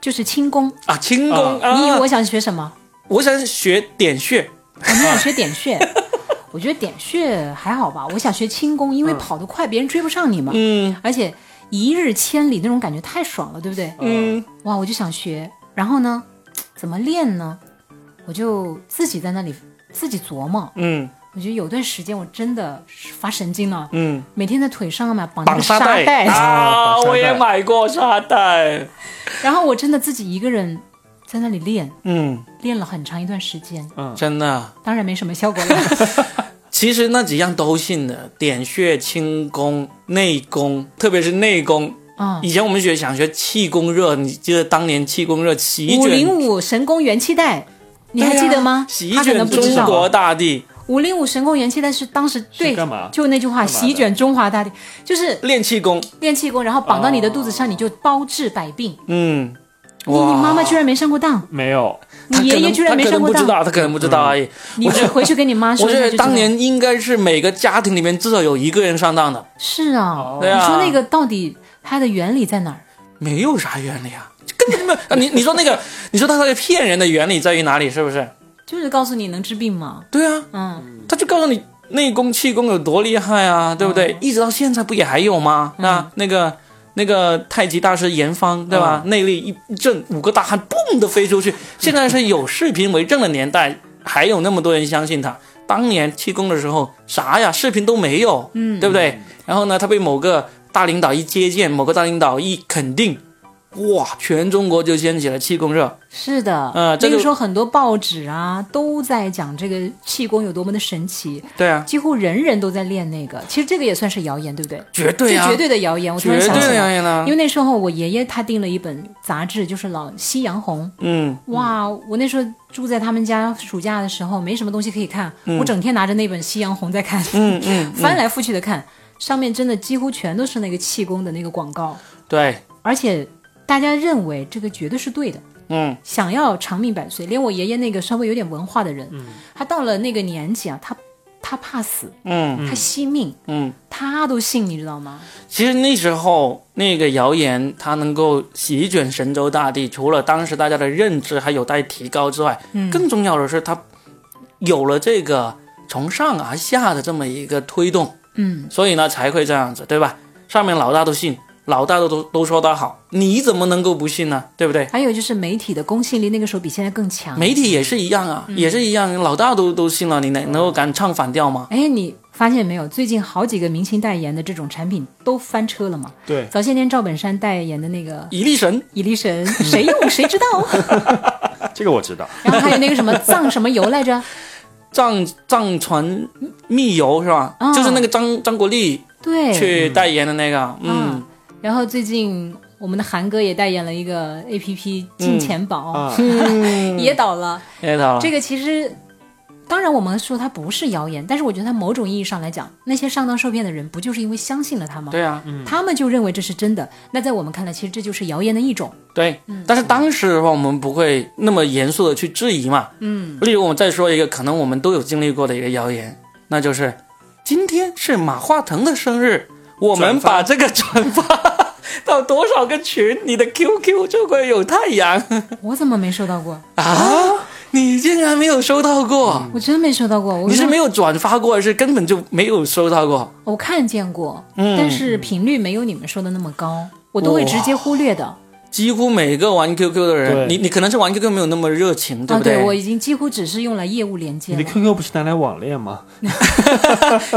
Speaker 2: 就是轻功。
Speaker 1: 啊，轻功啊，
Speaker 2: 你以为我想学 什么？
Speaker 1: 我想学点穴，
Speaker 2: 我没想学点穴。我觉得点穴还好吧，我想学轻功，因为跑得快，别人追不上你嘛，
Speaker 1: 嗯
Speaker 2: 而且一日千里那种感觉太爽了，对不对？
Speaker 1: 嗯
Speaker 2: 哇，我就想学，然后呢，怎么练呢？我就自己在那里自己琢磨。
Speaker 1: 嗯
Speaker 2: 我觉得有段时间我真的是发神经了，
Speaker 1: 嗯，
Speaker 2: 每天在腿上嘛绑那
Speaker 1: 绑
Speaker 2: 个沙
Speaker 1: 带
Speaker 2: 袋，
Speaker 3: 啊
Speaker 1: 啊，
Speaker 3: 绑沙袋
Speaker 1: 我也买过沙袋，
Speaker 2: 然后我真的自己一个人在那里练，
Speaker 1: 嗯，
Speaker 2: 练了很长一段时间，
Speaker 3: 嗯，
Speaker 1: 真的。
Speaker 2: 当然没什么效果了。
Speaker 1: 其实那几样都信的，点穴、轻功、内功，特别是内功。
Speaker 2: 啊、
Speaker 1: 以前我们学想学气功热，你记得当年气功热席
Speaker 2: 五零
Speaker 1: 卷，
Speaker 2: 五神功元气带，你还
Speaker 1: 对啊
Speaker 2: 记得吗？
Speaker 1: 席
Speaker 2: 他可能
Speaker 1: 卷
Speaker 2: 不知
Speaker 1: 中
Speaker 2: 道。
Speaker 1: 国大地，
Speaker 2: 五零五神功元气带是当时对
Speaker 3: 干嘛
Speaker 2: 就那句话，
Speaker 3: 干嘛的
Speaker 2: 席卷中华大地，就是
Speaker 1: 练气功。
Speaker 2: 练气功，然后绑到你的肚子上，你就包治百病。
Speaker 1: 嗯，
Speaker 2: 你你妈妈居然没上过当，
Speaker 3: 没有，
Speaker 1: 他
Speaker 2: 你爷爷居然没
Speaker 1: 可
Speaker 2: 上
Speaker 1: 能
Speaker 2: 过
Speaker 1: 不知
Speaker 2: 当，
Speaker 1: 道，他可能不知道而已。
Speaker 2: 你回回去跟你妈
Speaker 1: 我
Speaker 2: 说一
Speaker 1: 觉
Speaker 2: 下
Speaker 1: 得
Speaker 2: 就知道
Speaker 1: 当年应该是每个家庭里面至少有一个人上当的，
Speaker 2: 是啊，
Speaker 1: 对啊
Speaker 2: 你说那个到底它的原理在哪儿？
Speaker 1: 没有啥原理啊，根本没有，你你说那个，你说他在骗人的原理在于哪里？是不是？
Speaker 2: 就是告诉你能治病嘛。
Speaker 1: 对啊，
Speaker 2: 嗯，
Speaker 1: 他就告诉你内功气功有多厉害啊，对不对？一直到现在不也还有吗？
Speaker 2: 嗯
Speaker 1: 那那个那个太极大师严方，对
Speaker 2: 嗯
Speaker 1: 吧？内力一震，五个大汉嘣的飞出去。现在是有视频为证的年代，还有那么多人相信他。当年气功的时候，啥呀，视频都没有，
Speaker 2: 嗯
Speaker 1: 对不对？然后呢，他被某个大领导一接见，某个大领导一肯定，哇，全中国就掀起了气功热。
Speaker 2: 是的。
Speaker 1: 呃这
Speaker 2: 那个
Speaker 1: 就
Speaker 2: 时候很多报纸啊都在讲这个气功有多么的神奇，
Speaker 1: 对啊，
Speaker 2: 几乎人人都在练那个。其实这个也算是谣言，对不对？
Speaker 1: 绝对啊，
Speaker 2: 是绝对的谣言。我突
Speaker 1: 绝
Speaker 2: 然
Speaker 1: 对
Speaker 2: 想起
Speaker 1: 的啊呀
Speaker 2: 来，
Speaker 1: 呀呢
Speaker 2: 因。为那时候我爷爷他订了一本杂志，就是老《夕阳红》。
Speaker 1: 嗯，
Speaker 2: 哇，我那时候住在他们家，暑假的时候没什么东西可以看，我整天拿着那本《夕阳红》在看， 嗯嗯，翻来覆去的看，上面真的几乎全都是那个气功的那个广告，
Speaker 1: 对，
Speaker 2: 而且大家认为这个绝对是对的。
Speaker 1: 嗯，
Speaker 2: 想要长命百岁，连我爷爷那个稍微有点文化的人，他到了那个年纪啊，他他怕死，
Speaker 1: 嗯
Speaker 2: 他惜命，
Speaker 1: 嗯。
Speaker 2: 他都信，你知道吗？
Speaker 1: 其实那时候那个谣言，它能够席卷神州大地，除了当时大家的认知还有待提高之外，
Speaker 2: 嗯
Speaker 1: 更重要的是它有了这个从上而下的这么一个推动，
Speaker 2: 嗯，
Speaker 1: 所以呢才会这样子，对吧？上面老大都信，老大都都都说他好，你怎么能够不信呢？对不对？
Speaker 2: 还有就是媒体的公信力那个时候比现在更强，
Speaker 1: 媒体也是一样啊，
Speaker 2: 嗯
Speaker 1: 也是一样，老大都都信了，你能能够敢唱反调吗？
Speaker 2: 哎，你发现没有？最近好几个明星代言的这种产品都翻车了嘛？
Speaker 3: 对，
Speaker 2: 早些年赵本山代言的那个
Speaker 1: 一力神，
Speaker 2: 伊力神， 谁用谁知道。啊
Speaker 3: 这个我知道。
Speaker 2: 然后还有那个什么藏什么油来着？
Speaker 1: 藏藏传密油是吧？
Speaker 2: 嗯
Speaker 1: 就是那个张张国立
Speaker 2: 对，
Speaker 1: 去代言的那个，哎嗯
Speaker 2: 嗯，然后最近我们的韩哥也代言了一个 A P
Speaker 1: 嗯
Speaker 2: P 金钱宝，
Speaker 3: 啊，
Speaker 2: 也倒了。
Speaker 1: 那套
Speaker 2: 这个其实。当然，我们说它不是谣言，但是我觉得它某种意义上来讲，那些上当受骗的人不就是因为相信了他吗？
Speaker 1: 对啊，
Speaker 2: 他们就认为这是真的。那在我们看来，其实这就是谣言的一种。
Speaker 1: 对。但是当时的话，我们不会那么严肃的去质疑嘛。嗯。例如，我们再说一个可能我们都有经历过的一个谣言，那就是今天是马化腾的生日，我们
Speaker 3: 转发
Speaker 1: 把这个转 发到多少个群，你的 QQ 就会有太阳
Speaker 2: 我怎么没收到过？
Speaker 1: 啊！你竟然没有收到过，
Speaker 2: 我真没收到过，我
Speaker 1: 你是
Speaker 2: 看
Speaker 1: 没有转发过，还是根本就没有收到过？
Speaker 2: 我看见过，
Speaker 3: 嗯
Speaker 2: 但是频率没有你们说的那么高，我都会直接忽略的。啊，
Speaker 1: 几乎每个玩 QQ 的
Speaker 3: 对
Speaker 1: 人，你你可能是玩 QQ 没有那么热情，对不
Speaker 2: 啊对我已经几乎只是用来业务连接
Speaker 3: 你的
Speaker 2: 了，
Speaker 3: QQ 不是拿来网恋吗？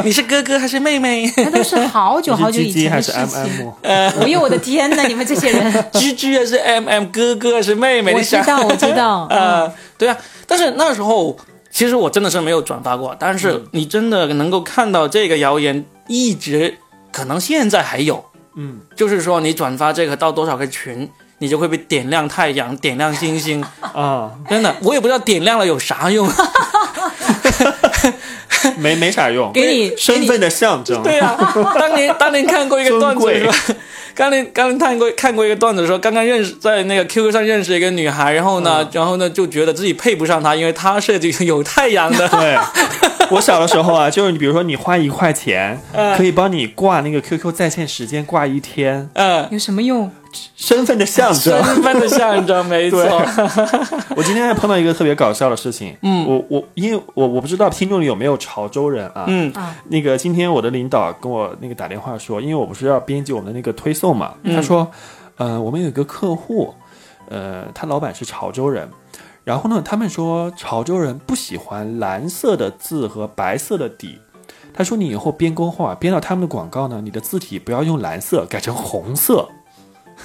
Speaker 1: 你是哥哥还是妹 妹？
Speaker 2: 那都是好久哦好
Speaker 3: 你
Speaker 2: 久
Speaker 3: 是
Speaker 2: 以
Speaker 3: G G
Speaker 2: 前
Speaker 3: 还
Speaker 2: 的
Speaker 3: 是
Speaker 2: 事
Speaker 3: M
Speaker 2: 情。
Speaker 3: M？
Speaker 2: 哎呦我的天哪！你们这些 人，
Speaker 1: 居居还是 M M 哥哥还是妹妹？
Speaker 2: 我
Speaker 1: 你
Speaker 2: 知
Speaker 1: 想，
Speaker 2: 道，我知道， 嗯
Speaker 1: 呃，对 啊。但是那时候其实我真的是没有转发过，但
Speaker 3: 嗯
Speaker 1: 是你真的能够看到这个谣言一直，可能现在还有，
Speaker 3: 嗯，
Speaker 1: 就是说你转发这个到多少个群，你就会被点亮太阳，点亮星 星。
Speaker 3: 啊，
Speaker 1: 真的，我也不知道点亮了有啥用。
Speaker 3: 没没啥用，
Speaker 2: 给你
Speaker 3: 身份的象 征。
Speaker 1: 对啊，当年当年看过一个段子
Speaker 3: 尊贵
Speaker 1: 说， 刚年刚年看过看过一个段子说，刚刚认识在那个 QQ 上认识一个女孩，然后
Speaker 3: 嗯
Speaker 1: 呢，然后呢就觉得自己配不上她，因为她是这个有太阳 的。
Speaker 3: 对，我小的时候啊，就是你比如说你花一块钱，
Speaker 2: 嗯
Speaker 3: 可以帮你挂那个 QQ 在线时间挂一天，
Speaker 1: 嗯，
Speaker 2: 有什么用？
Speaker 3: 身份的象征
Speaker 1: 身。份的象征，没错。
Speaker 3: 我今天还碰到一个特别搞笑的事情，嗯，我我因为我我不知道听众里有没有潮州人啊，
Speaker 1: 嗯
Speaker 2: 啊，
Speaker 3: 那个今天我的领导跟我那个打电话说，因为我不是要编辑我们的那个推送嘛，
Speaker 1: 嗯
Speaker 3: 他说，呃，我们有一个客户，呃，他老板是潮州人。然后呢，他们说潮州人不喜欢蓝色的字和白色的底。他说你以后编公号啊，编到他们的广告呢，你的字体不要用蓝色，改成红色。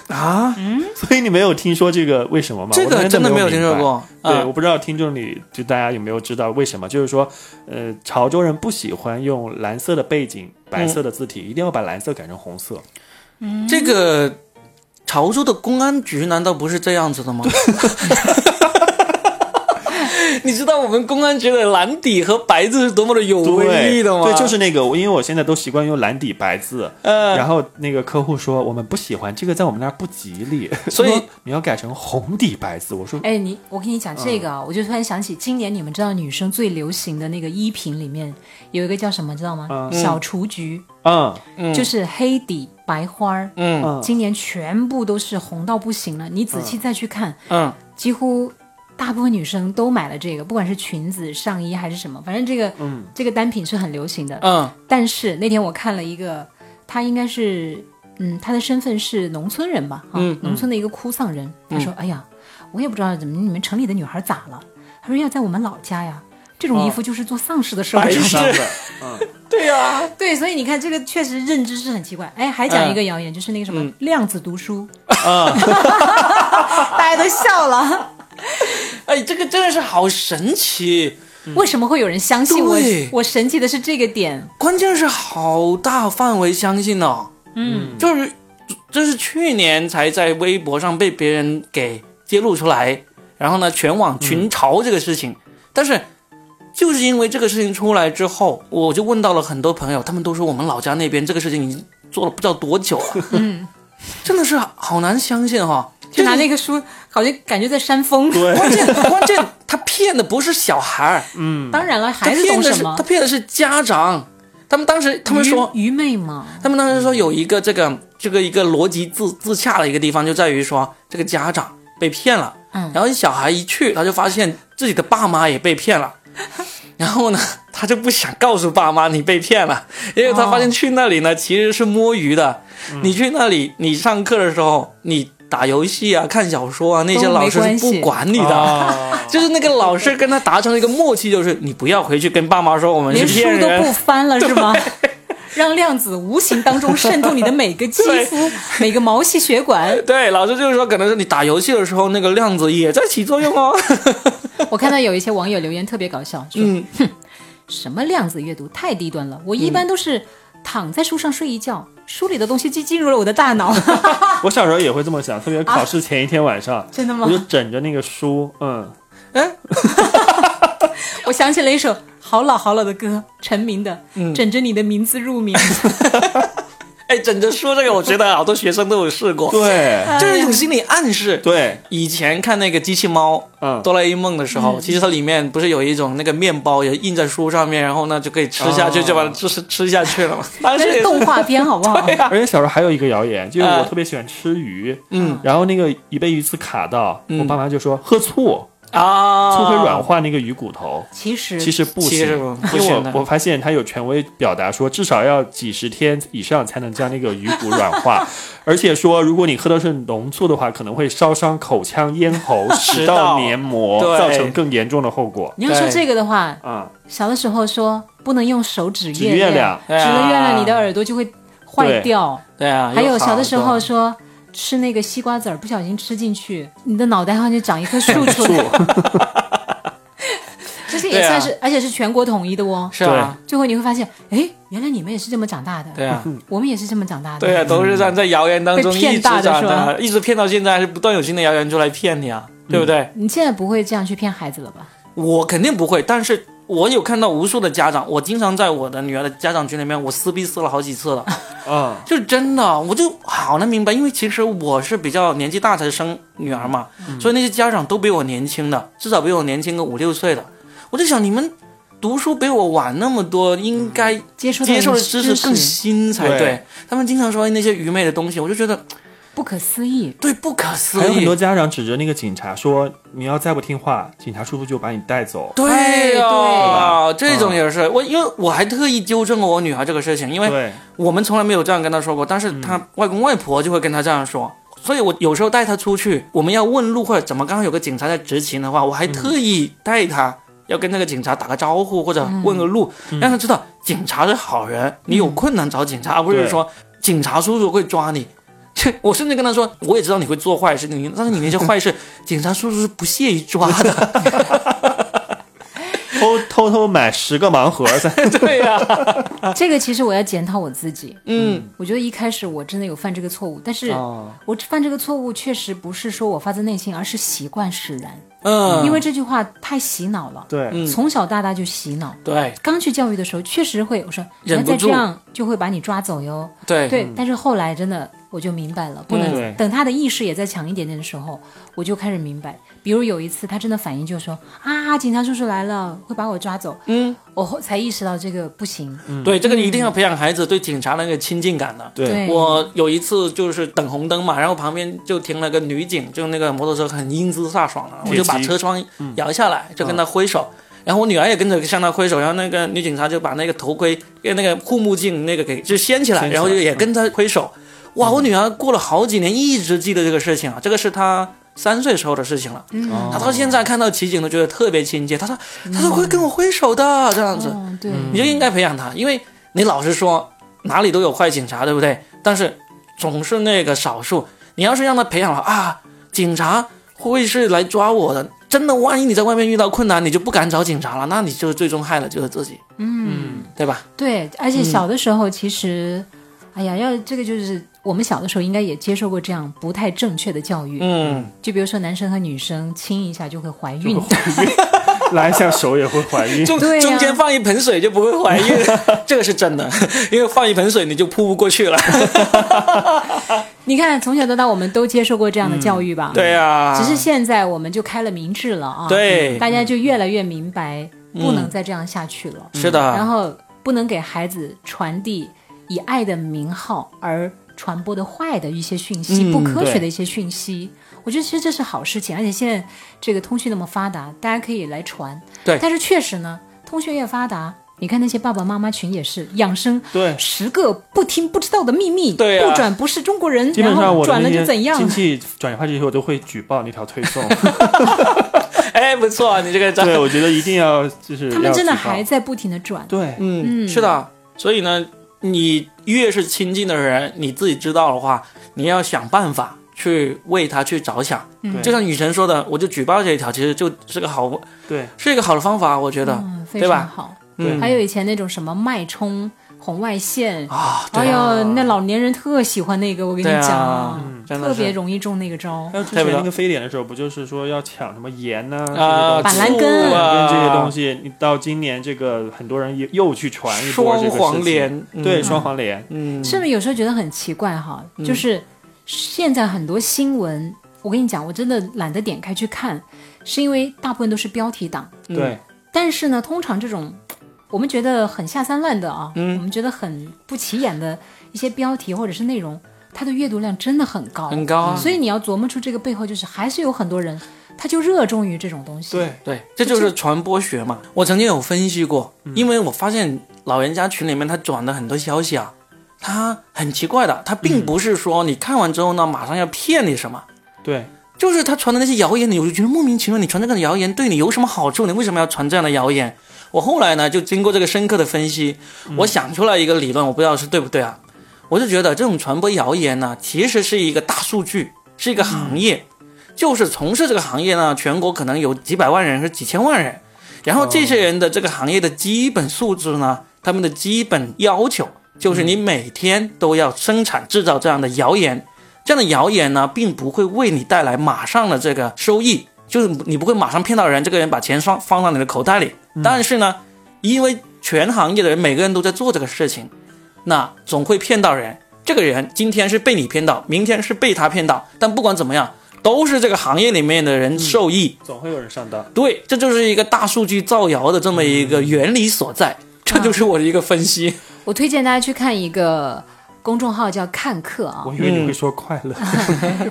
Speaker 1: 啊，
Speaker 3: 所以你没有听说这个为什么吗？
Speaker 1: 这
Speaker 3: 我
Speaker 1: 个真的
Speaker 3: 的
Speaker 1: 没有
Speaker 3: 明
Speaker 1: 听说
Speaker 3: 白。
Speaker 1: 过。
Speaker 3: 对，
Speaker 1: 嗯
Speaker 3: 我不知道听众里就大家有没有知道为什么，就是说，呃，潮州人不喜欢用蓝色的背景、白色的字体，一定要把蓝色改成红色。
Speaker 1: 这个潮州的公安局难道不是这样子的吗？ 你知道我们公安局的蓝底和白字是多么的有威
Speaker 3: 对，
Speaker 1: 力的吗？
Speaker 3: 对，就是那个，因为我现在都习惯用蓝底白字。
Speaker 1: 呃，
Speaker 3: 然后那个客户说我们不喜欢这个，在我们那儿不吉利，
Speaker 1: 所以
Speaker 3: 说你要改成红底白字。我说
Speaker 2: 哎，你我跟你
Speaker 3: 嗯
Speaker 2: 讲这个啊，我就突然想起今年你们知道女生最流行的那个衣品里面有一个叫什么，知道吗？小雏菊，
Speaker 3: 嗯，
Speaker 2: 就是黑底白花儿，
Speaker 1: 嗯
Speaker 3: 嗯，
Speaker 2: 今年全部都是红到不行了。你仔细再去看，
Speaker 1: 嗯，
Speaker 2: 几乎大部分女生都买了这个，不管是裙子、上衣还是什么，反正这个、
Speaker 3: 嗯
Speaker 2: 这个单品是很流行的。
Speaker 1: 嗯
Speaker 2: 但是那天我看了一个，他应该是，嗯，他的身份是农村人吧，啊，
Speaker 1: 嗯
Speaker 2: 农村的一个哭丧人。他说：“哎呀，我也不知道怎么你们城里的女孩咋了。”他说：“要在我们老家呀，这种衣服就是做丧事的时候
Speaker 1: 哦白
Speaker 2: 穿。
Speaker 1: 痴
Speaker 3: 上的，嗯，
Speaker 1: 对呀、
Speaker 2: 对，所以你看，这个确实认知是很奇怪。哎，还讲一个谣言，就是那个什
Speaker 1: 嗯
Speaker 2: 么量子读书，
Speaker 1: 啊
Speaker 2: 大家都笑了。
Speaker 1: 哎，这个真的是好神奇，
Speaker 2: 为什么会有人相信我
Speaker 1: 嗯对？
Speaker 2: 我神奇的是这个点，
Speaker 1: 关键是好大范围相信哦，嗯，就是这是去年才在微博上被别人给揭露出来，然后呢，全网群嘲这个事情，但是。就是因为这个事情出来之后，我就问到了很多朋友，他们都说我们老家那边这个事情已经做了不知道多久了，嗯， 真的是好难相信哈、
Speaker 2: 就拿
Speaker 1: 是
Speaker 2: 那个书，好像感觉在扇风。
Speaker 1: 关键关键他骗的不是小孩儿，
Speaker 2: 当然了，
Speaker 1: 他
Speaker 2: 孩子
Speaker 1: 骗
Speaker 2: 懂
Speaker 1: 的
Speaker 2: 什
Speaker 1: 是
Speaker 2: 么
Speaker 1: 他？骗的是家长，他们当时他们说，
Speaker 2: 愚愚昧嘛，
Speaker 1: 他们当时说有一个这个这个一个逻辑自自洽的一个地方，就在于说这个家长被骗了，
Speaker 2: 嗯
Speaker 1: 然后小孩一去，他就发现自己的爸妈也被骗 了。然后呢，他就不想告诉爸妈你被骗了，因为他发现去那里
Speaker 2: 哦
Speaker 1: 呢、其实是摸鱼的。
Speaker 2: 嗯
Speaker 1: 你去那里，你上课的时候，你打游戏啊、看小说啊，那些
Speaker 2: 都没
Speaker 1: 老师
Speaker 2: 关
Speaker 1: 是
Speaker 2: 系
Speaker 1: 不管你的。
Speaker 3: 哦
Speaker 1: 就是那个老师跟他达成了一个默契，就是你不要回去跟爸妈说我们是
Speaker 2: 连书
Speaker 1: 骗
Speaker 2: 都不
Speaker 1: 人。
Speaker 2: 翻了是吗？ 让量子无形当中渗透你的每个肌 肤、每个毛细血管。
Speaker 1: 对，老师就是说，可能是你打游戏的时候，那个量子也在起作用哦。
Speaker 2: 我看到有一些网友留言特别搞笑，说：“
Speaker 1: 嗯
Speaker 2: 哼，什么量子阅读太低端了，我一般都是躺在书上睡一觉，书里的东西就进入了我的大脑。
Speaker 3: 我小时候也会这么想，特别考试前一天晚上，
Speaker 2: 真的吗
Speaker 3: 我就枕着那个书，嗯，
Speaker 2: 我想起了一首好老好老的歌，陈明的
Speaker 1: 嗯
Speaker 2: 《枕着你的名字入眠》
Speaker 1: 哎，枕着说这个，我觉得好多学生都有试过，
Speaker 3: 对
Speaker 1: 这
Speaker 2: 哎
Speaker 1: 是一种心理暗示。
Speaker 3: 对，
Speaker 1: 以前看那个机器猫，
Speaker 3: 嗯
Speaker 1: 哆啦 A 梦的时候，其实它里面不是有一种那个面包也印在书上面，然后呢就可以吃下去，
Speaker 3: 哦
Speaker 1: 就把它吃吃下去了嘛。当
Speaker 2: 那
Speaker 1: 时也
Speaker 2: 是动画片，好不好？
Speaker 3: 而且小时候还有一个谣言，就是
Speaker 1: 啊
Speaker 3: 我特别喜欢吃鱼，
Speaker 1: 嗯
Speaker 3: 然后那个一被鱼刺卡到，我爸妈就说喝醋，
Speaker 1: 啊，
Speaker 3: 醋会软化那个鱼骨头。
Speaker 2: 其实
Speaker 3: 其实不
Speaker 1: 其
Speaker 3: 行
Speaker 1: 实不，不
Speaker 3: 因为
Speaker 1: 行的
Speaker 3: 我我发现它有权威表达说，至少要几十天以上才能将那个鱼骨软 化，而且说如果你喝的是浓醋的话，可能会烧伤口腔、咽 喉、食道黏膜，
Speaker 1: 对嗯
Speaker 3: 造成更严重的后果。
Speaker 2: 你要说
Speaker 1: 对
Speaker 2: 这个的话，
Speaker 3: 啊、
Speaker 2: 小的时候说不能用手指
Speaker 3: 指
Speaker 2: 月
Speaker 3: 月
Speaker 2: 亮
Speaker 3: 亮，
Speaker 2: 指了月亮你的耳朵就会坏
Speaker 3: 对
Speaker 2: 掉。
Speaker 1: 啊对啊。
Speaker 2: 还有
Speaker 1: 好
Speaker 2: 小的时候
Speaker 1: 多
Speaker 2: 说吃那个西瓜籽儿，不小心吃进去，你的脑袋上就长一棵树出来。 这些也算
Speaker 1: 啊
Speaker 2: 是，而且是全国统一的哦。
Speaker 1: 是啊，
Speaker 2: 最后你会发现，哎，原来你们也是这么长大的，
Speaker 1: 对啊。
Speaker 2: 我们也是这么长大的。
Speaker 1: 对啊，都是让在谣言当中
Speaker 2: 被
Speaker 1: 一
Speaker 2: 骗
Speaker 1: 直
Speaker 2: 大
Speaker 1: 长
Speaker 2: 的是吧
Speaker 1: 大，一直骗到现在，还是不断有新的谣言出来骗你啊，对不对？
Speaker 2: 你现在不会这样去骗孩子了吧？
Speaker 1: 我肯定不会，但是我有看到无数的家长，我经常在我的女儿的家长群里面，我撕逼撕了好几次了，
Speaker 3: 啊，
Speaker 1: 就是真的，我就好难明白，因为其实我是比较年纪大才生女儿嘛，
Speaker 3: 嗯
Speaker 1: 所以那些家长都比我年轻的，至少比我年轻个五六岁的，我就想你们。读书比我晚那么多，应该
Speaker 2: 接触到
Speaker 1: 接受的
Speaker 2: 知
Speaker 1: 知识更新才对。
Speaker 3: 嗯对
Speaker 1: 他们经常说那些愚昧的东西，我就觉得
Speaker 2: 不可思议。
Speaker 1: 对不可思议。
Speaker 3: 还有很多家长指着那个警察说，你要再不听话，警察叔叔就把你带走。
Speaker 1: 对呀、
Speaker 3: 嗯
Speaker 2: 哎
Speaker 1: 这种也是、我，因为我还特意纠正过我女儿这个事情，因为
Speaker 3: 对，
Speaker 1: 我们从来没有这样跟她说过，但是她外公外婆就会跟她这样说。所以，我有时候带她出去，我们要问路或者怎么，刚刚有个警察在执勤的话，我还特意带她、要跟那个警察打个招呼或者问个路，让她知道警察是好人，你有困难找警察，而不是
Speaker 3: 对
Speaker 1: 说警察叔叔会抓你。 这我甚至跟他说，我也知道你会做坏事，你但是你那些坏事，警察叔叔是不屑于抓的。
Speaker 3: 偷偷偷买十个盲盒在，
Speaker 1: 对呀、
Speaker 2: 这个其实我要检讨我自己。
Speaker 1: 嗯，
Speaker 2: 我觉得一开始我真的有犯这个错误，但是
Speaker 3: 哦
Speaker 2: 我犯这个错误确实不是说我发自内心，而是习惯使然。
Speaker 1: 嗯，
Speaker 2: 因为这句话太洗脑了，
Speaker 3: 对，
Speaker 1: 嗯
Speaker 2: 从小到大就洗脑。
Speaker 1: 对
Speaker 2: 刚去教育的时候，确实会我说，
Speaker 1: 忍
Speaker 2: 人
Speaker 1: 不
Speaker 2: 家再
Speaker 1: 住
Speaker 2: 这样就会把你抓走哟。
Speaker 1: 对嗯
Speaker 2: 对，但是后来真的，我我就明白了，不能、
Speaker 3: 对
Speaker 2: 等他的意识也再强一点点的时候，我就开始明白。比如有一次，他真的反应就是说啊，警察叔叔来了，会把我抓走。嗯，我后才意识到这个不行。
Speaker 1: 对，这个一定要培养孩子对警察那个亲近感的。
Speaker 3: 嗯对
Speaker 2: 对，
Speaker 1: 我有一次就是等红灯嘛，然后旁边就停了个女警，就那个摩托车很英姿飒爽的，我
Speaker 3: 铁
Speaker 1: 就
Speaker 3: 骑嗯
Speaker 1: 把车窗摇下来，就跟她挥手。然后我女儿也跟着向她挥手，然后那个女警察就把那个头盔、跟那个护目镜那个给就掀起来，
Speaker 3: 掀起来嗯
Speaker 1: 然后就也跟她挥手。哇，我女儿过了好几年一直记得这个事情啊，这个是她三岁时候的事情了。
Speaker 3: 哦嗯
Speaker 1: 她到现在看到骑警都觉得特别亲切，她说她说会跟我挥手的这样子。
Speaker 2: 嗯，对，
Speaker 1: 你就应该培养他，因为你老是说哪里都有坏警察，对不对？但是总是那个少数。你要是让他培养了啊，警察会是来抓我的，真的，万一你在外面遇到困难，你就不敢找警察了，那你就最终害了就是自己，嗯，对吧？
Speaker 2: 对，而
Speaker 1: 嗯
Speaker 2: 且小的时候其实，哎呀，要这个就是我们小的时候应该也接受过这样不太正确的教育，
Speaker 1: 嗯，
Speaker 2: 就比如说男生和女生亲一下就会怀孕，
Speaker 3: 拉一下手也会怀孕。
Speaker 1: 中、
Speaker 2: 对呀
Speaker 1: 中间放一盆水就不会怀 孕，这个是真的，因为放一盆水你就扑不过去了。
Speaker 2: 你看从小到大我们都接受过这样的教育吧？
Speaker 1: 嗯对呀、啊
Speaker 2: 只是现在我们就开了明智了啊，
Speaker 1: 对嗯
Speaker 2: 大家就越来越明白，不能再这样下去了，
Speaker 1: 是的，
Speaker 2: 然后不能给孩子传递以爱的名号而传播的坏的一些讯息，
Speaker 1: 嗯
Speaker 2: 不科学
Speaker 3: 对
Speaker 2: 的一些讯息。我觉得其实这是好事情，而且现在这个通讯那么发达，大家可以来传。
Speaker 1: 对
Speaker 2: 但是确实呢，通讯越发达，你看那些爸爸妈妈群也是养生。
Speaker 3: 对，
Speaker 2: 十个不听不知道的秘密，
Speaker 1: 对啊
Speaker 2: 不转不是中国人，
Speaker 3: 基本
Speaker 2: 然
Speaker 3: 上
Speaker 2: 后
Speaker 3: 我的
Speaker 2: 转了
Speaker 3: 那
Speaker 2: 就
Speaker 3: 些
Speaker 2: 怎样
Speaker 3: 亲？戚转发这些，我都会举报那条推送。
Speaker 1: 哎，不错啊，你这个招
Speaker 3: 对，我觉得一定要就是
Speaker 2: 他们
Speaker 3: 要
Speaker 2: 真的
Speaker 3: 举报
Speaker 2: 还在不停的转，
Speaker 3: 对，
Speaker 1: 嗯，是的。所以呢，你越是亲近的人，你自己知道的话，你要想办法去为他去着想。
Speaker 2: 嗯
Speaker 3: 对
Speaker 1: 就像雨辰说的，我就举报这一条，其实就是个好，
Speaker 3: 对
Speaker 1: 是一个好的方法，我觉得。
Speaker 2: 嗯，非
Speaker 1: 对吧
Speaker 2: 常好。
Speaker 1: 嗯
Speaker 2: 还有以前那种什么脉冲、红外线，
Speaker 1: 啊，
Speaker 2: 哎
Speaker 1: 对啊，
Speaker 2: 呦，那老年人特喜欢那个，我跟你
Speaker 1: 对啊嗯
Speaker 2: 讲，
Speaker 1: 真的
Speaker 2: 特
Speaker 1: 是
Speaker 2: 别容易中那个招
Speaker 3: 还。有之
Speaker 1: 特
Speaker 3: 前
Speaker 1: 别
Speaker 3: 那个非典的时候，不就是说要抢什么盐
Speaker 2: 哎
Speaker 3: 呐、
Speaker 1: 啊，
Speaker 2: 板蓝根
Speaker 1: 醋啊
Speaker 3: 跟这些东，西，你到今年这个很多人又又去传一波这
Speaker 1: 双
Speaker 3: 个事
Speaker 1: 黄
Speaker 3: 情，
Speaker 1: 连，嗯
Speaker 3: 对，双黄连，
Speaker 1: 嗯，
Speaker 2: 是不是有时候觉得很奇怪哈？就是现在很多新闻，我跟你讲，我真的懒得点开去看，是因为大部分都是标题党。
Speaker 1: 嗯
Speaker 3: 对，
Speaker 2: 但是呢，通常这种我们觉得很下三滥的啊，
Speaker 1: 嗯
Speaker 2: 我们觉得很不起眼的一些标题或者是内容，它的阅读量真的很高，
Speaker 1: 很高啊。
Speaker 2: 所以你要琢磨出这个背后，就是还是有很多人他就热衷于这种东西。
Speaker 3: 对，
Speaker 1: 对，这嗯就是传播学嘛。我曾经有分析过，因为我发现老人家群里面他转的很多消息啊，他很奇怪的，他并不是说你看完之后呢，马上要骗你什么。
Speaker 3: 对，
Speaker 1: 就是他传的那些谣言，你我就觉得莫名其妙。你传这个谣言对你有什么好处？你为什么要传这样的谣言？我后来呢，就经过这个深刻的分析，我想出来一个理论，我不知道是对不对啊。我就觉得这种传播谣言呢，其实是一个大数据，是一个行业，就是从事这个行业呢，全国可能有几百万人是几千万人，然后这些人的这个行业的基本素质呢，他们的基本要求就是你每天都要生产制造这样的谣言，这样的谣言呢，并不会为你带来马上的这个收益，就是你不会马上骗到人，这个人把钱放放到你的口袋里。但是呢，因为全行业的人每个人都在做这个事情，那总会骗到人。这个人今天是被你骗到，明天是被他骗到，但不管怎么样，都是这个行业里面的人受益。
Speaker 3: 总会有人上当。
Speaker 1: 对，这就是一个大数据造谣的这么一个原理所在。这就是我的一个分析。
Speaker 2: 我推荐大家去看一个公众号叫“看客”啊
Speaker 3: 我，以为你会说快乐，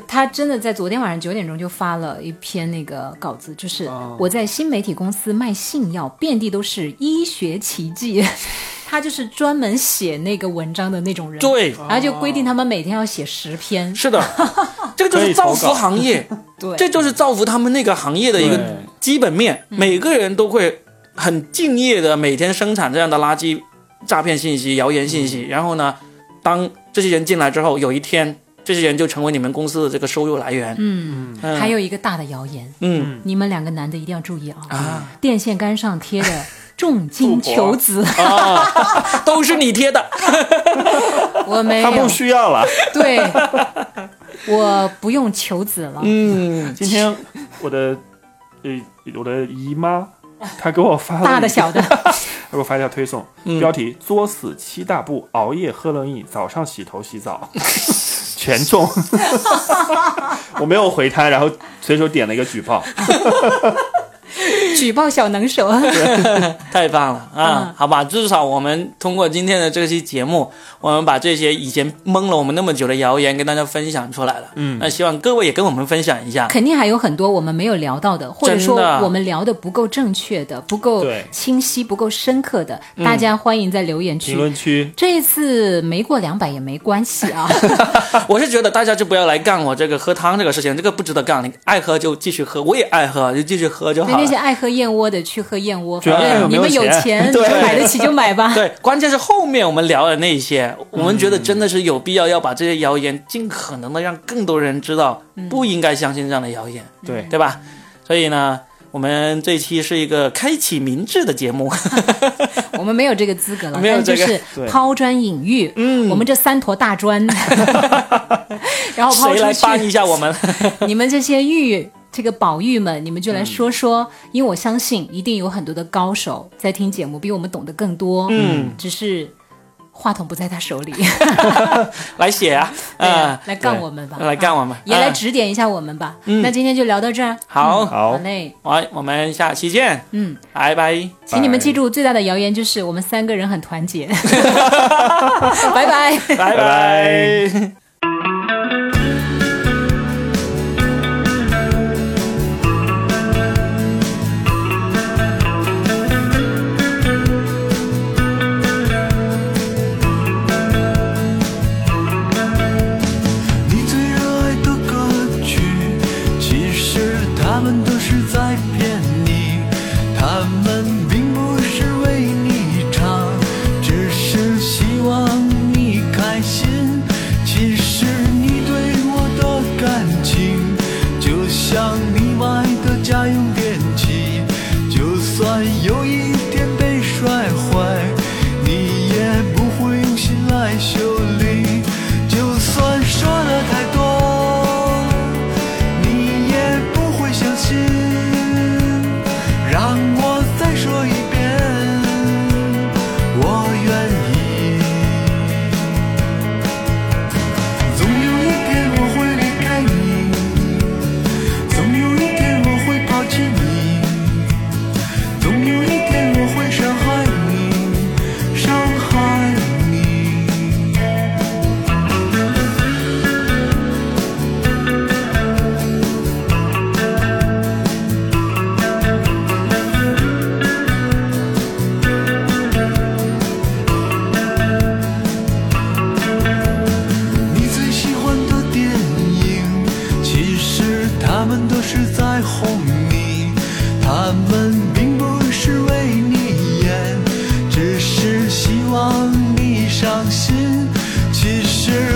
Speaker 2: 他真的在昨天晚上九点钟就发了一篇那个稿子，就是我在新媒体公司卖性药，遍地都是医学奇迹。他就是专门写那个文章的那种人，
Speaker 1: 对，
Speaker 2: 然后就规定他们每天要写十篇，
Speaker 1: 是的，这个就是造福行业，
Speaker 2: 对，
Speaker 1: 这就是造福他们那个行业的一个
Speaker 3: 对
Speaker 1: 基本面。
Speaker 2: 嗯
Speaker 1: 每个人都会很敬业的每天生产这样的垃圾、诈骗信息、谣言信息。
Speaker 2: 嗯
Speaker 1: 然后呢，当这些人进来之后，有一天这些人就成为你们公司的这个收入来源。
Speaker 2: 嗯，
Speaker 1: 嗯
Speaker 2: 还有一个大的谣言，
Speaker 1: 嗯
Speaker 2: 你们两个男的一定要注意啊，
Speaker 1: 啊
Speaker 2: 电线杆上贴的重金求子，
Speaker 1: 啊，都是你贴 的，
Speaker 2: 我没
Speaker 3: 他
Speaker 2: 有
Speaker 3: 不，需要了。
Speaker 2: 对，我不用求子了，
Speaker 1: 嗯，
Speaker 3: 今天我的呃我的姨妈，她给我发了
Speaker 2: 大的
Speaker 3: 一
Speaker 2: 小嗯的，
Speaker 3: 她给我发一条推送，标题：作死七大步，熬夜喝冷饮，早上洗头洗澡。 全中。 我没有回他，然后随手点了一个举报。
Speaker 2: 举报小能手，
Speaker 1: 太棒了
Speaker 2: 嗯
Speaker 1: 啊！好吧，至少我们通过今天的这期节目，我们把这些以前蒙了我们那么久的谣言跟大家分享出来了。嗯，那希望各位也跟我们分享一下。
Speaker 2: 肯定还有很多我们没有聊到的，或者说
Speaker 1: 真的
Speaker 2: 我们聊的不够正确的、不够
Speaker 3: 对
Speaker 2: 清晰、不够深刻的，大家欢迎在留言
Speaker 3: 评
Speaker 2: 区。
Speaker 3: 论区
Speaker 2: 这一次没过两百也没关系啊，
Speaker 1: 我是觉得大家就不要来干我这个喝汤这个事情，这个不值得干。你爱喝就继续喝，我也爱喝，就继续喝就
Speaker 2: 那
Speaker 1: 好
Speaker 2: 那些
Speaker 1: 了。
Speaker 2: 爱喝燕窝的去喝燕窝，
Speaker 3: 主要
Speaker 2: 反
Speaker 3: 看有
Speaker 2: 正你
Speaker 3: 没有
Speaker 2: 们有
Speaker 3: 钱
Speaker 2: 钱，你
Speaker 1: 对
Speaker 2: 们买得起就买吧。
Speaker 1: 对，关键是后面我们聊的那些，
Speaker 2: 嗯
Speaker 1: 我们觉得真的是有必要要把这些谣言尽可能的让更多人知道，
Speaker 2: 嗯
Speaker 1: 不应该相信这样的谣言，
Speaker 3: 对
Speaker 1: 对吧？所以呢，我们这期是一个开启民智的节 目。
Speaker 2: 我们没有这个资格了，
Speaker 1: 没有
Speaker 2: 但就
Speaker 1: 这个
Speaker 2: 是
Speaker 3: 对
Speaker 2: 抛砖引玉。嗯，我们这三坨大砖， 然后抛
Speaker 1: 谁
Speaker 2: 出
Speaker 1: 来搬
Speaker 2: 去，
Speaker 1: 一下我们？
Speaker 2: 你们这些玉。这个宝玉们，你们就来说说，因为我相信一定有很多的高手在听节目，比我们懂得更多。嗯，只是话筒不在 他手里，
Speaker 1: 来写啊，
Speaker 2: 对
Speaker 1: 啊，
Speaker 2: 来干我们吧，
Speaker 1: 来干
Speaker 2: 啊
Speaker 1: 我们
Speaker 2: 也来
Speaker 1: 嗯
Speaker 2: 指点一下我们吧。那今天就聊到这儿，
Speaker 1: 好，
Speaker 3: 好，
Speaker 2: 嘞，
Speaker 1: 好，我们下期见，
Speaker 2: 嗯，
Speaker 1: 拜拜。
Speaker 2: 请你们
Speaker 3: 拜
Speaker 2: 记住，最大的谣言就是我们三个人很 团结。拜拜。
Speaker 1: 拜
Speaker 3: 拜拜。
Speaker 4: 你最热爱的歌曲，其实他们都是在骗你，他们并不是为你唱，只是希望你开心。其实你对我的感情，就像你买的家用电器，就算有一天被摔坏，你也不会用心来修理。就算说的太多，你也不会相信。让我再说一遍，我愿意。总有一天我会离开你，总有一天我会抛弃你，总有一天我会伤害你，伤害你。你最喜欢的电影，其实他们都是在哄你，他们并不是为你演，只是希望你伤心。其实